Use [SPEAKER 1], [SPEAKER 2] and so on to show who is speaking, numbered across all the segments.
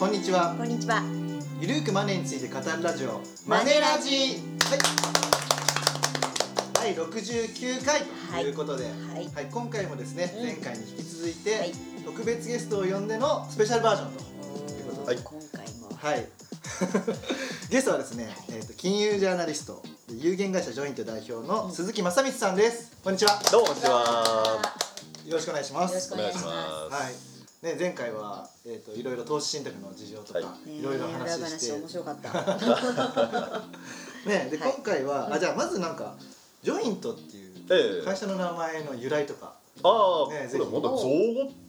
[SPEAKER 1] こんにちは
[SPEAKER 2] こんにちは。
[SPEAKER 1] ゆるーくマネーについて語るラジオマ
[SPEAKER 2] マ
[SPEAKER 1] ネ
[SPEAKER 2] ネ
[SPEAKER 1] ラ
[SPEAKER 2] ラ
[SPEAKER 1] ジはい第69回ということで、はい
[SPEAKER 2] はい。
[SPEAKER 1] 今回もですね、
[SPEAKER 2] うん
[SPEAKER 1] 前回に引き続いて、
[SPEAKER 2] はい
[SPEAKER 1] 特別ゲストを呼んでのスペシャルバージョンと
[SPEAKER 2] お
[SPEAKER 1] はい
[SPEAKER 2] ー今回も。
[SPEAKER 1] はい ゲストはですね、えー、と金融ジャーナリストで有限会社ジョイント代表の鈴木正光さんですこんにちは
[SPEAKER 3] どうもこんにちは。
[SPEAKER 1] よろしくお願いしま
[SPEAKER 2] よろし
[SPEAKER 1] す
[SPEAKER 2] くお願いしま。
[SPEAKER 1] はいね、前回は、えー、といろいろ投資信託の事情とか、
[SPEAKER 3] はい
[SPEAKER 1] い、ろいろ話
[SPEAKER 2] ねえ裏
[SPEAKER 1] して
[SPEAKER 2] 話面白かった。
[SPEAKER 1] ね、で、
[SPEAKER 2] はい
[SPEAKER 1] 今回は、あじゃあまずなんかジョイントってい
[SPEAKER 3] え
[SPEAKER 1] う
[SPEAKER 3] え
[SPEAKER 1] 会社の名前の由来とか、
[SPEAKER 3] ああ、
[SPEAKER 1] ね
[SPEAKER 3] これ本当造語っ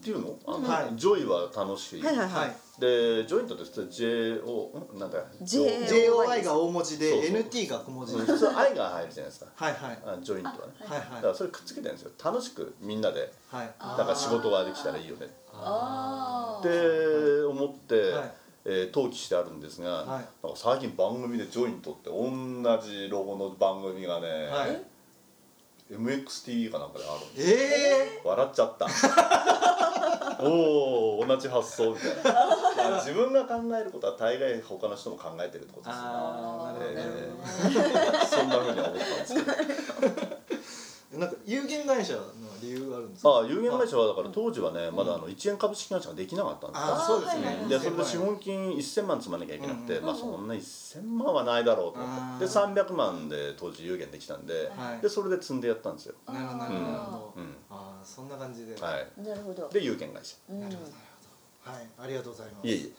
[SPEAKER 3] ていうの？あの、
[SPEAKER 1] はい
[SPEAKER 3] ジョイは楽しい。
[SPEAKER 2] はいはい
[SPEAKER 1] は
[SPEAKER 2] はいい。
[SPEAKER 3] で、ジョイントって普通 J O んなんだ。
[SPEAKER 2] J
[SPEAKER 3] J
[SPEAKER 1] JOI が大文字で
[SPEAKER 3] そうそう
[SPEAKER 1] NT が小文字で
[SPEAKER 3] 普
[SPEAKER 1] はい
[SPEAKER 3] 通 I が入るじゃないですか。
[SPEAKER 1] はい
[SPEAKER 3] あジョイントはね。
[SPEAKER 1] はい
[SPEAKER 3] だか
[SPEAKER 1] は
[SPEAKER 3] らそれくっつけてるんですよ。楽しくみんなで、
[SPEAKER 1] いはい
[SPEAKER 3] だから仕事ができたらいいよね
[SPEAKER 2] あ
[SPEAKER 3] っ
[SPEAKER 2] あ。
[SPEAKER 3] て思って。
[SPEAKER 1] はい
[SPEAKER 3] えー登記してあるんですが、
[SPEAKER 1] はい
[SPEAKER 3] なんか最近番組でジョイントって同じロゴの番組がね、
[SPEAKER 1] はい、
[SPEAKER 3] MXTV かなんかであるんですよ
[SPEAKER 1] ええ
[SPEAKER 3] 笑っちゃった おお同じ発想みたいな まあ自分が考えることは大概他の人も考えてるってことですね
[SPEAKER 1] あーなるほど
[SPEAKER 2] なる
[SPEAKER 1] ね
[SPEAKER 2] ほどね。
[SPEAKER 3] そんなふうには思ったんですけ ど
[SPEAKER 1] なんか有限会社の理由があるんですか
[SPEAKER 3] ああ有限会社はだから当時はねまだあの1円株式会社ができなかったんです
[SPEAKER 1] あー
[SPEAKER 3] よ
[SPEAKER 1] そうです
[SPEAKER 2] はいはいは
[SPEAKER 1] ね
[SPEAKER 2] い
[SPEAKER 3] でそれで資本金1000万積まなきゃいけなくて、
[SPEAKER 1] うん
[SPEAKER 3] まあ、そんな1000万はないだろうと思ってで
[SPEAKER 1] あー
[SPEAKER 3] 300万で当時有限できたんで,、
[SPEAKER 1] はい
[SPEAKER 3] でそれで積んでやったんですよ、
[SPEAKER 1] なるほどなるほどなるほど、
[SPEAKER 3] うん
[SPEAKER 1] ああそんな感じで、
[SPEAKER 3] は
[SPEAKER 2] なるほど
[SPEAKER 3] い、。で有限会社
[SPEAKER 2] うん。
[SPEAKER 1] なるほどなるほどはいありがとうございます
[SPEAKER 3] いえい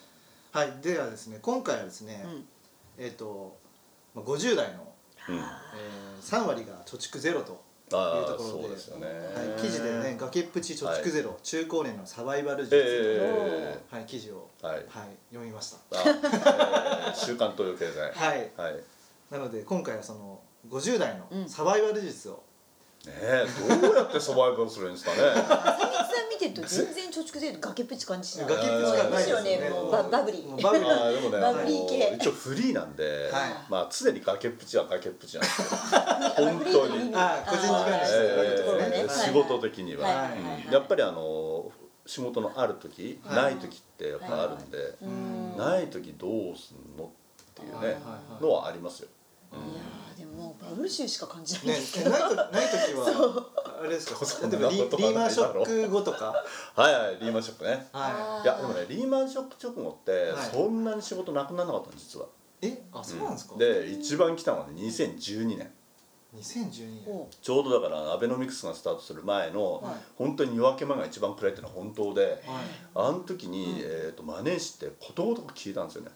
[SPEAKER 1] はいではですね今回はですね、
[SPEAKER 2] うん
[SPEAKER 1] えっ、とまあ50代の、
[SPEAKER 3] え、うん、あ
[SPEAKER 1] えー、3割が貯蓄ゼロというと
[SPEAKER 3] あ
[SPEAKER 1] ころで
[SPEAKER 3] そうですよね、
[SPEAKER 1] はい、記事でね「崖っぷち貯蓄ゼロ、中高年のサバイバル術」
[SPEAKER 3] え
[SPEAKER 1] はい、記事を、
[SPEAKER 3] えはい
[SPEAKER 1] はい、読みました
[SPEAKER 3] あ、えー週刊東洋経済。
[SPEAKER 1] はい、
[SPEAKER 3] はい。ね
[SPEAKER 1] なので今回はその50代
[SPEAKER 2] う
[SPEAKER 1] の
[SPEAKER 2] ん
[SPEAKER 1] サバイバル術を、
[SPEAKER 3] え、どうやってサバイバルするんですかね。
[SPEAKER 2] さみさん見てると全然貯蓄税崖っぷち感じしない。
[SPEAKER 1] 崖っぷち感ない
[SPEAKER 2] む
[SPEAKER 1] です
[SPEAKER 2] し
[SPEAKER 1] よ
[SPEAKER 2] ろ
[SPEAKER 1] ね
[SPEAKER 2] ね、もうババブリ
[SPEAKER 1] も
[SPEAKER 2] ー
[SPEAKER 1] う。バブリー
[SPEAKER 3] ああ、でもね、
[SPEAKER 2] バ
[SPEAKER 3] あ
[SPEAKER 2] ブ
[SPEAKER 3] の
[SPEAKER 2] リー系
[SPEAKER 3] 一応フリーなんで、
[SPEAKER 1] はい
[SPEAKER 3] まあ常に崖っぷちは崖っぷちなんですよ。 本
[SPEAKER 2] バブ
[SPEAKER 3] 当
[SPEAKER 2] リーの意味
[SPEAKER 3] に。
[SPEAKER 1] あ個人事業主
[SPEAKER 2] あー
[SPEAKER 1] そういうところがねは
[SPEAKER 3] ええ
[SPEAKER 1] い
[SPEAKER 3] 仕事的に
[SPEAKER 2] はいは
[SPEAKER 3] は、
[SPEAKER 2] いはいはい
[SPEAKER 3] うんやっぱりあの仕事のある時、
[SPEAKER 1] はい
[SPEAKER 3] ない時ってやっぱあるんで、
[SPEAKER 2] うん
[SPEAKER 3] ない時どうすんのっていう
[SPEAKER 1] はいはい
[SPEAKER 3] ね
[SPEAKER 1] はい
[SPEAKER 3] のはありますよ。
[SPEAKER 2] いやーでももうバブル臭しか感じないん
[SPEAKER 1] ね、
[SPEAKER 2] ですけ
[SPEAKER 1] え
[SPEAKER 2] ど。
[SPEAKER 1] ないとない時 はあれです
[SPEAKER 3] そ
[SPEAKER 1] か
[SPEAKER 3] ん
[SPEAKER 1] で
[SPEAKER 3] な
[SPEAKER 1] も
[SPEAKER 3] ことは
[SPEAKER 1] リ
[SPEAKER 3] ないだろ
[SPEAKER 1] リーマンショック後とか
[SPEAKER 3] はいはい、リーマンショックね。
[SPEAKER 1] はい
[SPEAKER 2] あー
[SPEAKER 3] いやでもね、リーマンショック直後って
[SPEAKER 1] はい
[SPEAKER 3] そんなに仕事なくならなかったの実は。
[SPEAKER 1] えあそうなんですか、
[SPEAKER 3] で一番来たのはね2012年
[SPEAKER 1] 2012年
[SPEAKER 2] おう
[SPEAKER 3] ちょうどだからアベノミクスがスタートする前の、
[SPEAKER 1] はい
[SPEAKER 3] 本当に夜明け前が一番暗いっていうのは本当で
[SPEAKER 1] はい
[SPEAKER 3] あの時に、えー、とマネージってことごとく消えたんですよね、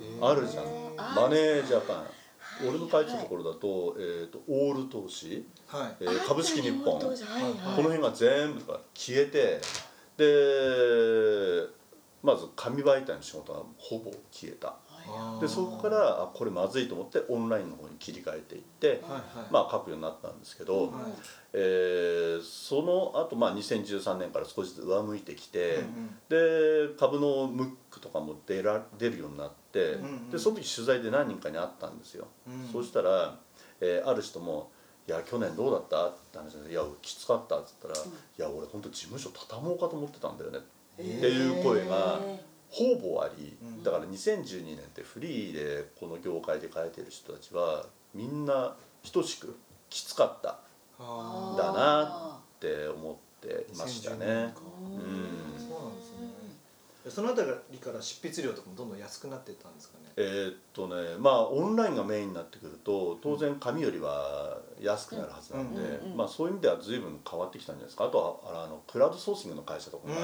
[SPEAKER 1] え
[SPEAKER 3] あるじゃん
[SPEAKER 2] あ
[SPEAKER 3] マネージャパン
[SPEAKER 2] い
[SPEAKER 3] 俺の書いてたところだと,、えー、とオール投資、
[SPEAKER 1] はい
[SPEAKER 3] えー株式日本
[SPEAKER 2] あ
[SPEAKER 3] こ
[SPEAKER 2] そうだはい
[SPEAKER 3] の
[SPEAKER 2] はい
[SPEAKER 3] 辺が全部が消えてでまず紙媒体の仕事がほぼ消えた
[SPEAKER 1] あー
[SPEAKER 3] でそこからあこれまずいと思ってオンラインの方に切り替えていって、
[SPEAKER 1] はいはい、
[SPEAKER 3] まあ書くようになったんですけど、
[SPEAKER 1] はい
[SPEAKER 3] えーその後、まあ2013年から少しずつ上向いてきて、で株のムックとかも出ら出るようになっ
[SPEAKER 1] ん
[SPEAKER 3] て、
[SPEAKER 1] うん
[SPEAKER 3] でその時取材で何人かに会ったんですよ、
[SPEAKER 1] うん
[SPEAKER 3] そうしたら、えーある人も「いや去年どうだった?」って話で「いやきつかった」っつったら「いや俺本当事務所畳もうかと思ってたんだよね」っていう声が
[SPEAKER 2] へー
[SPEAKER 3] ほぼあり、
[SPEAKER 1] うん
[SPEAKER 3] だから2012年ってフリーでこの業界で書いてる人たちはみんな等しくきつかった
[SPEAKER 1] あ
[SPEAKER 3] だなって思っていました
[SPEAKER 1] ー
[SPEAKER 3] ね。うん
[SPEAKER 1] そうなんですねでそのあたりから執筆料とかもどんどん安くなっていったんですかね
[SPEAKER 3] えーっとねまあオンラインがメインになってくると当然紙よりは安くなるはずなんで、
[SPEAKER 1] うん
[SPEAKER 2] うんうん
[SPEAKER 3] まあ、そういう意味では随分変わってきたんじゃないですかあとはあのあのクラウドソーシングの会社とかが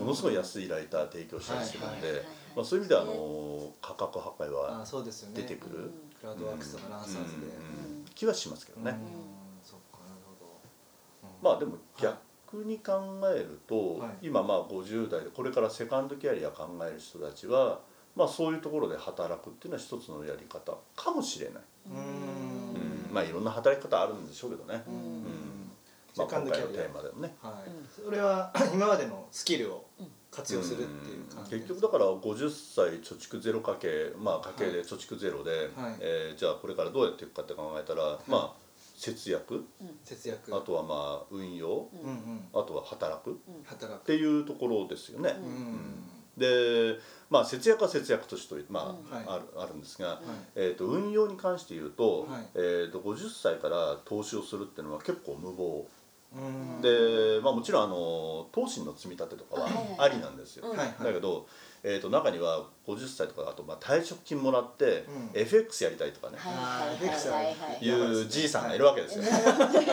[SPEAKER 1] うん
[SPEAKER 3] ものすごい安いライター提供したりしてるん
[SPEAKER 2] はい
[SPEAKER 3] で
[SPEAKER 2] はいはい
[SPEAKER 3] まあそういう意味ではあの価格破壊
[SPEAKER 1] あ
[SPEAKER 3] は
[SPEAKER 1] ーそうですよね
[SPEAKER 3] 出てくる、
[SPEAKER 1] クラウドワークスとかランサーズで、
[SPEAKER 3] うんうん気はしますけどね、
[SPEAKER 1] うんそっかなるほど、
[SPEAKER 3] まあでも逆に考えると、
[SPEAKER 1] はい
[SPEAKER 3] 今まあ50代でこれからセカンドキャリア考える人たちは、まあ、そういうところで働くっていうのは一つのやり方かもしれない、
[SPEAKER 1] うんうん
[SPEAKER 3] うんまあいろんな働き方あるんでしょうけどね、
[SPEAKER 1] うん
[SPEAKER 3] ん
[SPEAKER 1] セ
[SPEAKER 3] まあ、
[SPEAKER 1] カ
[SPEAKER 3] 今
[SPEAKER 1] ンドキ
[SPEAKER 3] 回の
[SPEAKER 1] ャリ
[SPEAKER 3] テーマでもね。
[SPEAKER 1] アはい、
[SPEAKER 2] うん
[SPEAKER 1] それは 今までのスキルを活用するっていう感じ
[SPEAKER 3] うん
[SPEAKER 1] です
[SPEAKER 3] 結局だから50歳貯蓄ゼロ家計まあ家計で貯蓄ゼロで、
[SPEAKER 1] はい
[SPEAKER 3] えーじゃあこれからどうやっていくかって考えたら、まあ節約
[SPEAKER 1] 節約
[SPEAKER 3] あとはまあ運用、
[SPEAKER 1] うんうん
[SPEAKER 3] あとは働くっ
[SPEAKER 1] 働く
[SPEAKER 3] ていうところですよね。
[SPEAKER 1] うん、
[SPEAKER 3] うんでまあ節約は節約としておいて、まあ
[SPEAKER 1] うんはい
[SPEAKER 3] あるあるんですが、
[SPEAKER 1] はい
[SPEAKER 3] えー、と運用に関して言うと,、
[SPEAKER 1] はい
[SPEAKER 3] えー、と50歳から投資をするっていうのは結構無謀
[SPEAKER 1] うん
[SPEAKER 3] で、まあ、もちろんあの投資の積み立てとかは
[SPEAKER 2] はいはいは
[SPEAKER 3] あ
[SPEAKER 2] い
[SPEAKER 3] りなんですよ、
[SPEAKER 2] うん
[SPEAKER 1] はい
[SPEAKER 3] だけど、えー、と中には50歳とかあとまあ退職金もらって、
[SPEAKER 1] うん
[SPEAKER 3] FX やりたいとかね、
[SPEAKER 2] はいはいはいはいはい
[SPEAKER 3] い、うじいさんがいるわけですよ、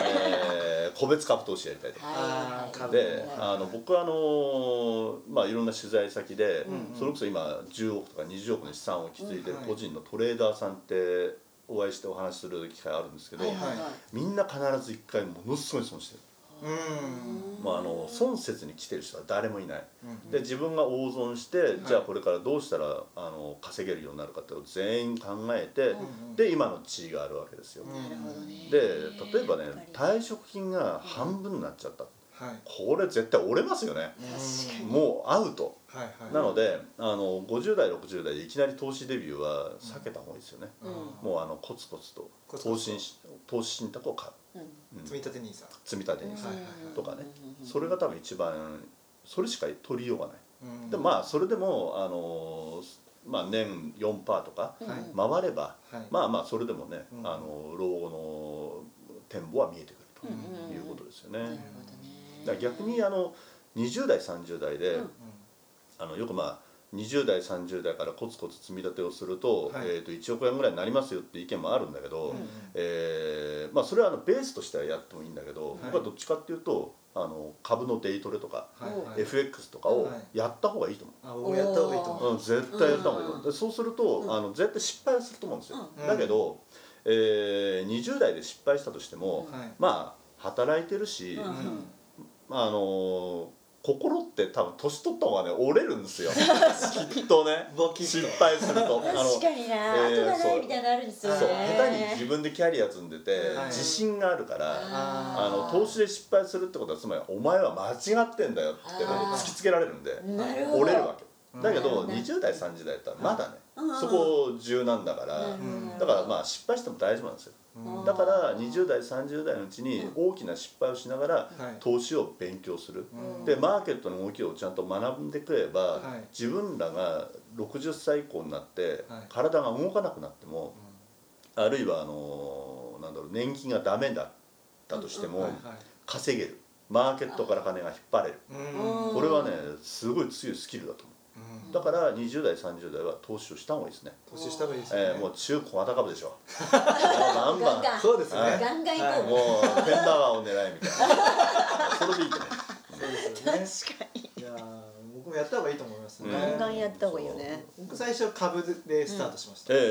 [SPEAKER 3] えー個別株投資やりたいとか。
[SPEAKER 1] あー
[SPEAKER 2] はい
[SPEAKER 1] 株
[SPEAKER 3] で
[SPEAKER 1] ね
[SPEAKER 3] あの僕はあのまあ、いろんな取材先で、
[SPEAKER 1] うんうん
[SPEAKER 3] それこそ今10億とか20億の資産を築いてる
[SPEAKER 1] うんはい
[SPEAKER 3] 個人のトレーダーさんってお会いしてお話しする機会あるんですけど、
[SPEAKER 2] はいはいはい
[SPEAKER 3] みんな必ず一回ものすごい損してる、
[SPEAKER 1] うん
[SPEAKER 3] まあ、あの損せずに来てる人は誰もいない、
[SPEAKER 1] うん
[SPEAKER 3] で自分が大損して、じゃあこれからどうしたらあの稼げるようになるかってことを全員考えて、
[SPEAKER 1] ん
[SPEAKER 3] で今の地位があるわけですよ、
[SPEAKER 1] うん
[SPEAKER 2] なるほどね
[SPEAKER 3] で例えばね
[SPEAKER 2] やっぱ
[SPEAKER 3] 退職金が半分になっちゃった、
[SPEAKER 1] はい
[SPEAKER 3] これ絶対折れますよね、
[SPEAKER 1] うん
[SPEAKER 2] 確か
[SPEAKER 3] もうアウト
[SPEAKER 1] はいはい
[SPEAKER 3] なのであの50代60代でいきなり投資デビューは避けた方がいいですよね、
[SPEAKER 1] うん
[SPEAKER 3] もうあのコツコツと
[SPEAKER 1] コツコ
[SPEAKER 3] 投
[SPEAKER 1] ツと
[SPEAKER 3] 資し投資信託を買う、
[SPEAKER 2] りうん
[SPEAKER 3] うん
[SPEAKER 1] 積み立て NISA
[SPEAKER 3] 積み立てにす
[SPEAKER 1] は
[SPEAKER 3] る
[SPEAKER 1] い
[SPEAKER 3] とかね
[SPEAKER 2] うんうんうん
[SPEAKER 3] それが多分一番それしか取りようがない、
[SPEAKER 1] うん
[SPEAKER 3] でまあそれでもあの、まあ、年4%とか
[SPEAKER 2] うん
[SPEAKER 1] はい
[SPEAKER 2] うん
[SPEAKER 3] 回れば、
[SPEAKER 1] はい
[SPEAKER 3] まあまあそれでもね、
[SPEAKER 1] うん
[SPEAKER 3] あの老後の展望は見えて
[SPEAKER 2] う
[SPEAKER 3] くる
[SPEAKER 2] んうん
[SPEAKER 3] と
[SPEAKER 2] うん
[SPEAKER 3] いうことですよね、
[SPEAKER 2] なる
[SPEAKER 3] だ
[SPEAKER 2] ほどね
[SPEAKER 3] から逆にあの20代30代で、
[SPEAKER 2] うん
[SPEAKER 3] あのよくまあ20代30代からコツコツ積み立てをすると,、
[SPEAKER 1] はい
[SPEAKER 3] えー、と1億円ぐらいになりますよって意見もあるんだけど、
[SPEAKER 1] うんうん
[SPEAKER 3] えーまあ、それはあのベースとしてはやってもいいんだけど、
[SPEAKER 1] い
[SPEAKER 3] 僕はどっちかっていうとあの株のデイトレとか、
[SPEAKER 1] はいはい
[SPEAKER 3] FX とかを
[SPEAKER 1] はい
[SPEAKER 3] やった方がいいと思う。
[SPEAKER 1] あ俺やった方がいいと思う
[SPEAKER 3] うん、絶対やった方がいいと思う
[SPEAKER 2] うん
[SPEAKER 3] でそうすると、
[SPEAKER 2] うん
[SPEAKER 3] あの絶対失敗すると思うんですよ、
[SPEAKER 1] うん
[SPEAKER 3] だけど、えー、20代で失敗したとしても、
[SPEAKER 1] はい
[SPEAKER 3] まあ働いてるし、
[SPEAKER 2] うん
[SPEAKER 1] うん
[SPEAKER 3] まああのー心って多分年取った方がね折れるんです よきっとね
[SPEAKER 1] ボキッ
[SPEAKER 3] 失
[SPEAKER 1] と
[SPEAKER 3] 敗するとあの
[SPEAKER 2] 確かにな後
[SPEAKER 3] えー
[SPEAKER 2] がな
[SPEAKER 3] そう
[SPEAKER 2] いみたいなのあるんです
[SPEAKER 3] そう
[SPEAKER 2] よね
[SPEAKER 3] 下手に自分でキャリア積んでて、
[SPEAKER 1] はい
[SPEAKER 3] 自信があるから、あ
[SPEAKER 1] あ
[SPEAKER 3] の投資で失敗するってことはつまりお前は間違ってんだよってことを突きつけられるんで
[SPEAKER 2] なるほど
[SPEAKER 3] 折れるわけ
[SPEAKER 1] うん
[SPEAKER 3] だけど
[SPEAKER 2] うん
[SPEAKER 3] 20代30代だったらまだね、
[SPEAKER 2] うん
[SPEAKER 3] そこ柔軟だから、
[SPEAKER 2] なるほどなるほど
[SPEAKER 3] だからまあ失敗しても大丈夫なんですよ
[SPEAKER 1] うん
[SPEAKER 3] だから20代30代のうちに大きな失敗をしながら
[SPEAKER 1] はい
[SPEAKER 3] 投資を勉強する、
[SPEAKER 1] うん
[SPEAKER 3] でマーケットの動きをちゃんと学んでくれば、
[SPEAKER 1] はい
[SPEAKER 3] 自分らが60歳以降になって、
[SPEAKER 1] はい
[SPEAKER 3] 体が動かなくなっても、あるいはあのーなんだろう年金がダメだったとしても、
[SPEAKER 1] はい
[SPEAKER 3] 稼げるマーケットから金が引っ張れる、
[SPEAKER 1] はい
[SPEAKER 2] うん
[SPEAKER 3] これはねすごい強いスキルだと思
[SPEAKER 1] うん
[SPEAKER 3] うだから20代30代は投資をした方がいいですね、
[SPEAKER 1] 年下がいいですね
[SPEAKER 3] えーもう中小型株で しょバンバン
[SPEAKER 2] ガン
[SPEAKER 1] そうですね
[SPEAKER 2] ガンガン
[SPEAKER 1] はい
[SPEAKER 2] 行こ
[SPEAKER 3] もうフェンダーを狙いみたい なそれでいいけどね
[SPEAKER 1] そうです
[SPEAKER 2] う
[SPEAKER 1] よね
[SPEAKER 2] 確かに
[SPEAKER 1] いやー僕もやった方がいいと思いますね
[SPEAKER 2] ガンガンやった方がいいよね
[SPEAKER 1] 僕最初株でスタートしました
[SPEAKER 3] えええええ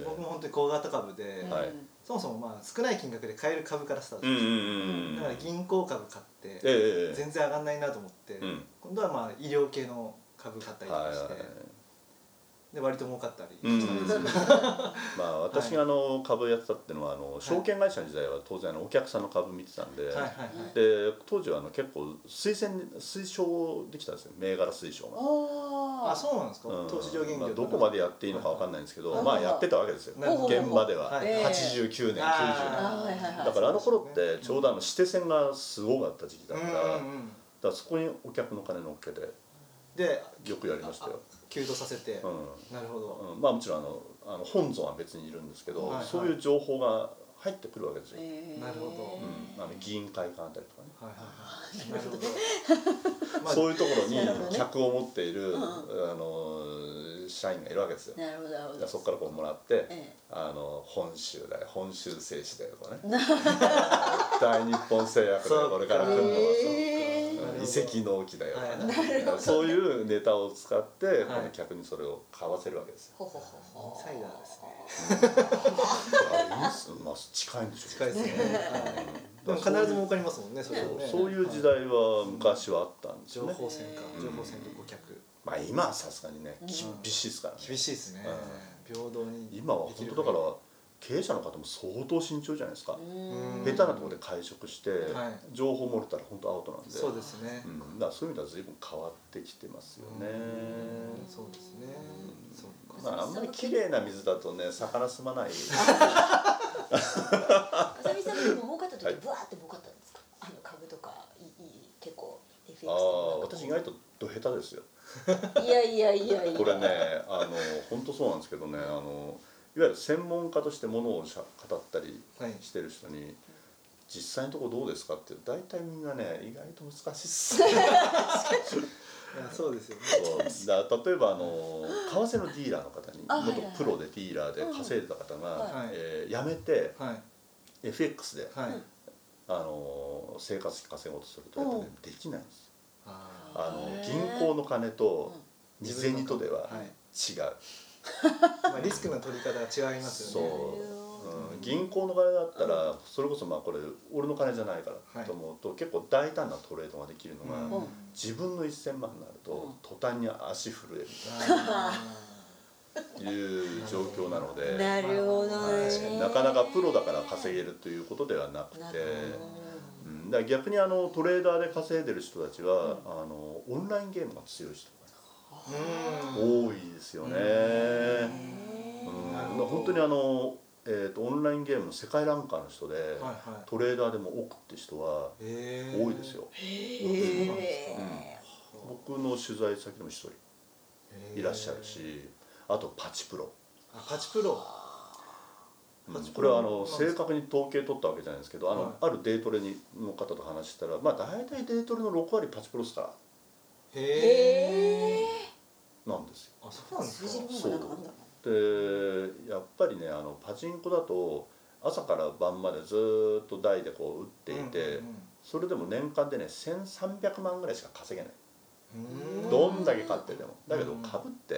[SPEAKER 3] え
[SPEAKER 1] 僕も本当に高型株で
[SPEAKER 3] はい
[SPEAKER 2] うん
[SPEAKER 1] そもそもまあ少ない金額で買える株からスタート
[SPEAKER 3] うん
[SPEAKER 1] し
[SPEAKER 3] う
[SPEAKER 1] まし
[SPEAKER 3] んうん
[SPEAKER 1] ただから銀行株買っ
[SPEAKER 3] え
[SPEAKER 1] て
[SPEAKER 3] えええ
[SPEAKER 1] 全然上がんないなと思って
[SPEAKER 3] うん
[SPEAKER 1] 今度はまあ医療系の株買ったりと
[SPEAKER 3] はい
[SPEAKER 1] か
[SPEAKER 3] はい
[SPEAKER 1] し
[SPEAKER 3] は
[SPEAKER 1] て
[SPEAKER 3] い
[SPEAKER 1] で割と儲かったり
[SPEAKER 3] うん
[SPEAKER 1] したんですけど
[SPEAKER 3] まあ私があの株やってたっていうのはあの証券会社の時代は当然あのお客さんの株見てたんで、
[SPEAKER 1] はいはいはい
[SPEAKER 3] で当時はあの結構推薦推奨できたんですよ銘柄推奨が。
[SPEAKER 2] おー
[SPEAKER 1] あそうなんですか
[SPEAKER 3] うん
[SPEAKER 1] 投資上限
[SPEAKER 3] まあ
[SPEAKER 1] 業
[SPEAKER 3] どこまでやっていいのかわかんないんですけど、
[SPEAKER 2] はい
[SPEAKER 3] まあやってたわけですよ
[SPEAKER 1] なるほ
[SPEAKER 2] ど
[SPEAKER 3] 現場では、
[SPEAKER 1] はい
[SPEAKER 2] ええ
[SPEAKER 3] 89年90
[SPEAKER 1] あ
[SPEAKER 2] あーはいはいは
[SPEAKER 3] 年
[SPEAKER 2] い
[SPEAKER 3] だからあの頃ってちょうどあの指定線がすごかった時期だから,、
[SPEAKER 1] うん
[SPEAKER 3] だ
[SPEAKER 1] うんうん
[SPEAKER 3] からそこにお客の金乗っけて
[SPEAKER 1] で
[SPEAKER 3] よくやりましたよ、
[SPEAKER 1] 給与させて
[SPEAKER 3] う
[SPEAKER 1] なるほど
[SPEAKER 3] んうんまあもちろんあのあの本尊は別にいるんですけど、
[SPEAKER 1] はいはい
[SPEAKER 3] そういう情報が入ってくるわけですよ、
[SPEAKER 2] えー
[SPEAKER 1] なるほど
[SPEAKER 3] うん、あの議員会館あたりとかね
[SPEAKER 1] はいはいはいなるほどまあ
[SPEAKER 3] そういうところ
[SPEAKER 2] なるほど
[SPEAKER 3] に
[SPEAKER 2] ね
[SPEAKER 3] 客を持っている、
[SPEAKER 2] うん
[SPEAKER 3] あの社員がいるわけですよ。
[SPEAKER 2] なるほどなるほ
[SPEAKER 3] じゃ
[SPEAKER 2] ど
[SPEAKER 3] あそこからこうもらって、
[SPEAKER 2] ええ
[SPEAKER 3] あの本州だよ本州製紙だよとかね 大日本製薬だよこれから来るのは、
[SPEAKER 2] え
[SPEAKER 1] なるほ
[SPEAKER 3] うん
[SPEAKER 1] ど
[SPEAKER 3] 移籍納期だよとかね、
[SPEAKER 2] なるほど
[SPEAKER 3] そういうネタを使って、
[SPEAKER 1] い
[SPEAKER 3] この客にそれを買わせるわけですよ。
[SPEAKER 2] ほほほほ
[SPEAKER 1] サイダーですね
[SPEAKER 3] あいいっすまあ、近いんでしょう
[SPEAKER 1] 近いですねはいでも必ず儲かりますもんねそれは
[SPEAKER 3] そう
[SPEAKER 1] ね
[SPEAKER 3] そういう時代は昔はあったんです
[SPEAKER 1] 情
[SPEAKER 3] よね。
[SPEAKER 1] 報戦か
[SPEAKER 3] うん
[SPEAKER 1] 情報戦と顧客
[SPEAKER 3] まあ今はさすがにね厳しいですからね。
[SPEAKER 1] 厳しいですね平等に
[SPEAKER 3] 今は本当だから経営者の方も相当慎重じゃないですか、
[SPEAKER 2] うん
[SPEAKER 3] 下手なところで会食して、
[SPEAKER 1] はい
[SPEAKER 3] 情報漏れたら本当アウトなんで
[SPEAKER 1] そうですね
[SPEAKER 3] うん、だからそういう意味では随分変わってきてますよね、
[SPEAKER 1] うんそうですねそうか
[SPEAKER 3] まあ、あんまり綺麗な水だとね魚す まない
[SPEAKER 2] あさみさんでも儲かった
[SPEAKER 3] は
[SPEAKER 2] 時
[SPEAKER 3] い
[SPEAKER 2] ブワーって儲かったんですかあの株とかいいい結構 FX フェイク
[SPEAKER 3] ああ
[SPEAKER 2] さん
[SPEAKER 3] 私意外とど下手ですよ
[SPEAKER 2] いやいやいやいや
[SPEAKER 3] これねあの本当そうなんですけどねあのいわゆる専門家としてものをしゃ語ったり
[SPEAKER 1] はい
[SPEAKER 3] してる人に実際のところどうですかって大体みんなね意外と難しいっすそう
[SPEAKER 1] いやそうですよね
[SPEAKER 3] だ例えばあの為替のディーラーの方に
[SPEAKER 2] あはいはい
[SPEAKER 3] 元プロでディーラーで稼いでた方が、
[SPEAKER 1] はい
[SPEAKER 3] えー辞めて
[SPEAKER 1] はい
[SPEAKER 3] FX で、
[SPEAKER 1] はい、
[SPEAKER 2] うん
[SPEAKER 3] あの生活費稼ごうとするとやっぱねできないんです
[SPEAKER 1] あ
[SPEAKER 3] あの
[SPEAKER 2] へー
[SPEAKER 3] 銀行の金と事前にとでは
[SPEAKER 1] ーはい
[SPEAKER 3] 違う、
[SPEAKER 1] まあ、リスクの取り方は違いますよね
[SPEAKER 3] そう、うん、銀行の金だったらそれこそまあこれ俺の金じゃないか
[SPEAKER 1] は
[SPEAKER 3] ら
[SPEAKER 1] い
[SPEAKER 3] と思うと結構大胆なトレードができるの
[SPEAKER 1] うん
[SPEAKER 3] が
[SPEAKER 2] うん
[SPEAKER 3] 自分の1,000万になると途端に足震えるという状況なので、
[SPEAKER 2] なるほど
[SPEAKER 3] はい
[SPEAKER 2] ね
[SPEAKER 3] なかなかプロだから稼げるということではなくて
[SPEAKER 2] な。る
[SPEAKER 3] うんだから逆にあのトレーダーで稼いでる人たちは、あのオンラインゲームが強い人
[SPEAKER 1] あー
[SPEAKER 3] が
[SPEAKER 1] うん
[SPEAKER 3] 多いですよね。うん
[SPEAKER 1] なるほど
[SPEAKER 3] 本当にあの、えー、とオンラインゲームの世界ランカーの人で、
[SPEAKER 1] はいはい
[SPEAKER 3] トレーダーでも億って人は
[SPEAKER 1] へー
[SPEAKER 3] 多いですよ、
[SPEAKER 2] へえ
[SPEAKER 3] 僕の取材先でも一人
[SPEAKER 1] へー
[SPEAKER 3] いらっしゃるしあとパチプロ、
[SPEAKER 1] あパチプロ
[SPEAKER 3] うん
[SPEAKER 1] パチプロ
[SPEAKER 3] これはあ
[SPEAKER 1] なん
[SPEAKER 3] の
[SPEAKER 1] ですか
[SPEAKER 3] 正確に統計取ったわけじゃないんですけどあの、
[SPEAKER 1] はい
[SPEAKER 3] あるデートレにの方と話したらまあ大体デートレの6割パチプロっすか
[SPEAKER 1] へ
[SPEAKER 2] へ
[SPEAKER 1] え
[SPEAKER 3] らなんですよ
[SPEAKER 1] あそうなんです
[SPEAKER 2] 数
[SPEAKER 1] か
[SPEAKER 2] 字の方がなんかあんだろ
[SPEAKER 3] でやっぱりねあのパチンコだと朝から晩までずーっと台でこう打っていて、それでも年間でね1300万ぐらいしか稼げない
[SPEAKER 1] うんうん
[SPEAKER 2] うん
[SPEAKER 1] うん
[SPEAKER 3] どんだけ買ってでもだけど
[SPEAKER 1] うん
[SPEAKER 3] 株って、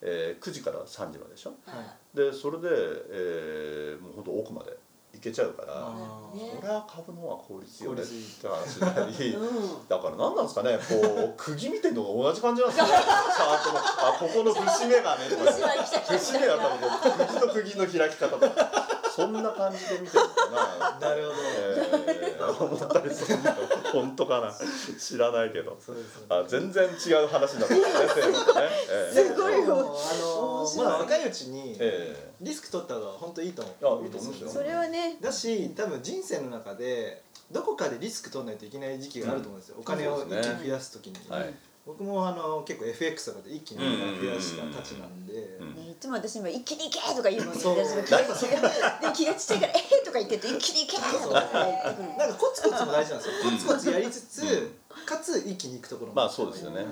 [SPEAKER 3] えー9時から3時まででしょ
[SPEAKER 2] う
[SPEAKER 1] はい
[SPEAKER 3] でそれで、えーもうほんと奥まで行けちゃうから、
[SPEAKER 1] あ
[SPEAKER 2] あー
[SPEAKER 3] そりゃ株の方が効率いいよねっ
[SPEAKER 1] 効率いい
[SPEAKER 3] て話にな り
[SPEAKER 2] うん
[SPEAKER 3] だから何なんですか ねこう釘見てるのが同じ感じなんですよチャートのあここの節目がねとか
[SPEAKER 2] 私は行きたくない
[SPEAKER 3] 節目は多分こう釘と釘の開き方とかそんな感じで見てるのかな
[SPEAKER 1] なるほど
[SPEAKER 3] えー思ったりするんだ本当かな知らないけど
[SPEAKER 1] そうですよね
[SPEAKER 3] あ全然違う話になってますねテーマがね、え
[SPEAKER 2] すごい
[SPEAKER 1] でもあ
[SPEAKER 2] 面
[SPEAKER 1] の
[SPEAKER 2] 白い
[SPEAKER 1] まあ若いうちに
[SPEAKER 3] え
[SPEAKER 1] リスク取った方が本当いいと
[SPEAKER 3] いやい
[SPEAKER 1] 思う
[SPEAKER 3] いと思うんですよ
[SPEAKER 2] それはね
[SPEAKER 1] だし多分人生の中でどこかでリスク取らないといけない時期があると思うんですよ、お金を一気
[SPEAKER 3] そうです
[SPEAKER 1] に
[SPEAKER 2] ね
[SPEAKER 1] 増やす時に、
[SPEAKER 3] えはい
[SPEAKER 1] 僕もあの結構 FX とかで一気にお金増やしたたちなんで、
[SPEAKER 3] うん
[SPEAKER 2] ねいつも私も「一気に行け!」とか言うもんね
[SPEAKER 1] そう
[SPEAKER 2] 私も気がちがで気がちっちゃいから「えーとか言ってると「一気に行け!」とか言ってくる
[SPEAKER 1] なんかコツコツも大事なんですよ
[SPEAKER 3] うん
[SPEAKER 1] コツコツやりつつ、
[SPEAKER 3] う
[SPEAKER 1] かつ一気に行くところも
[SPEAKER 3] まあそうですよね、
[SPEAKER 1] はい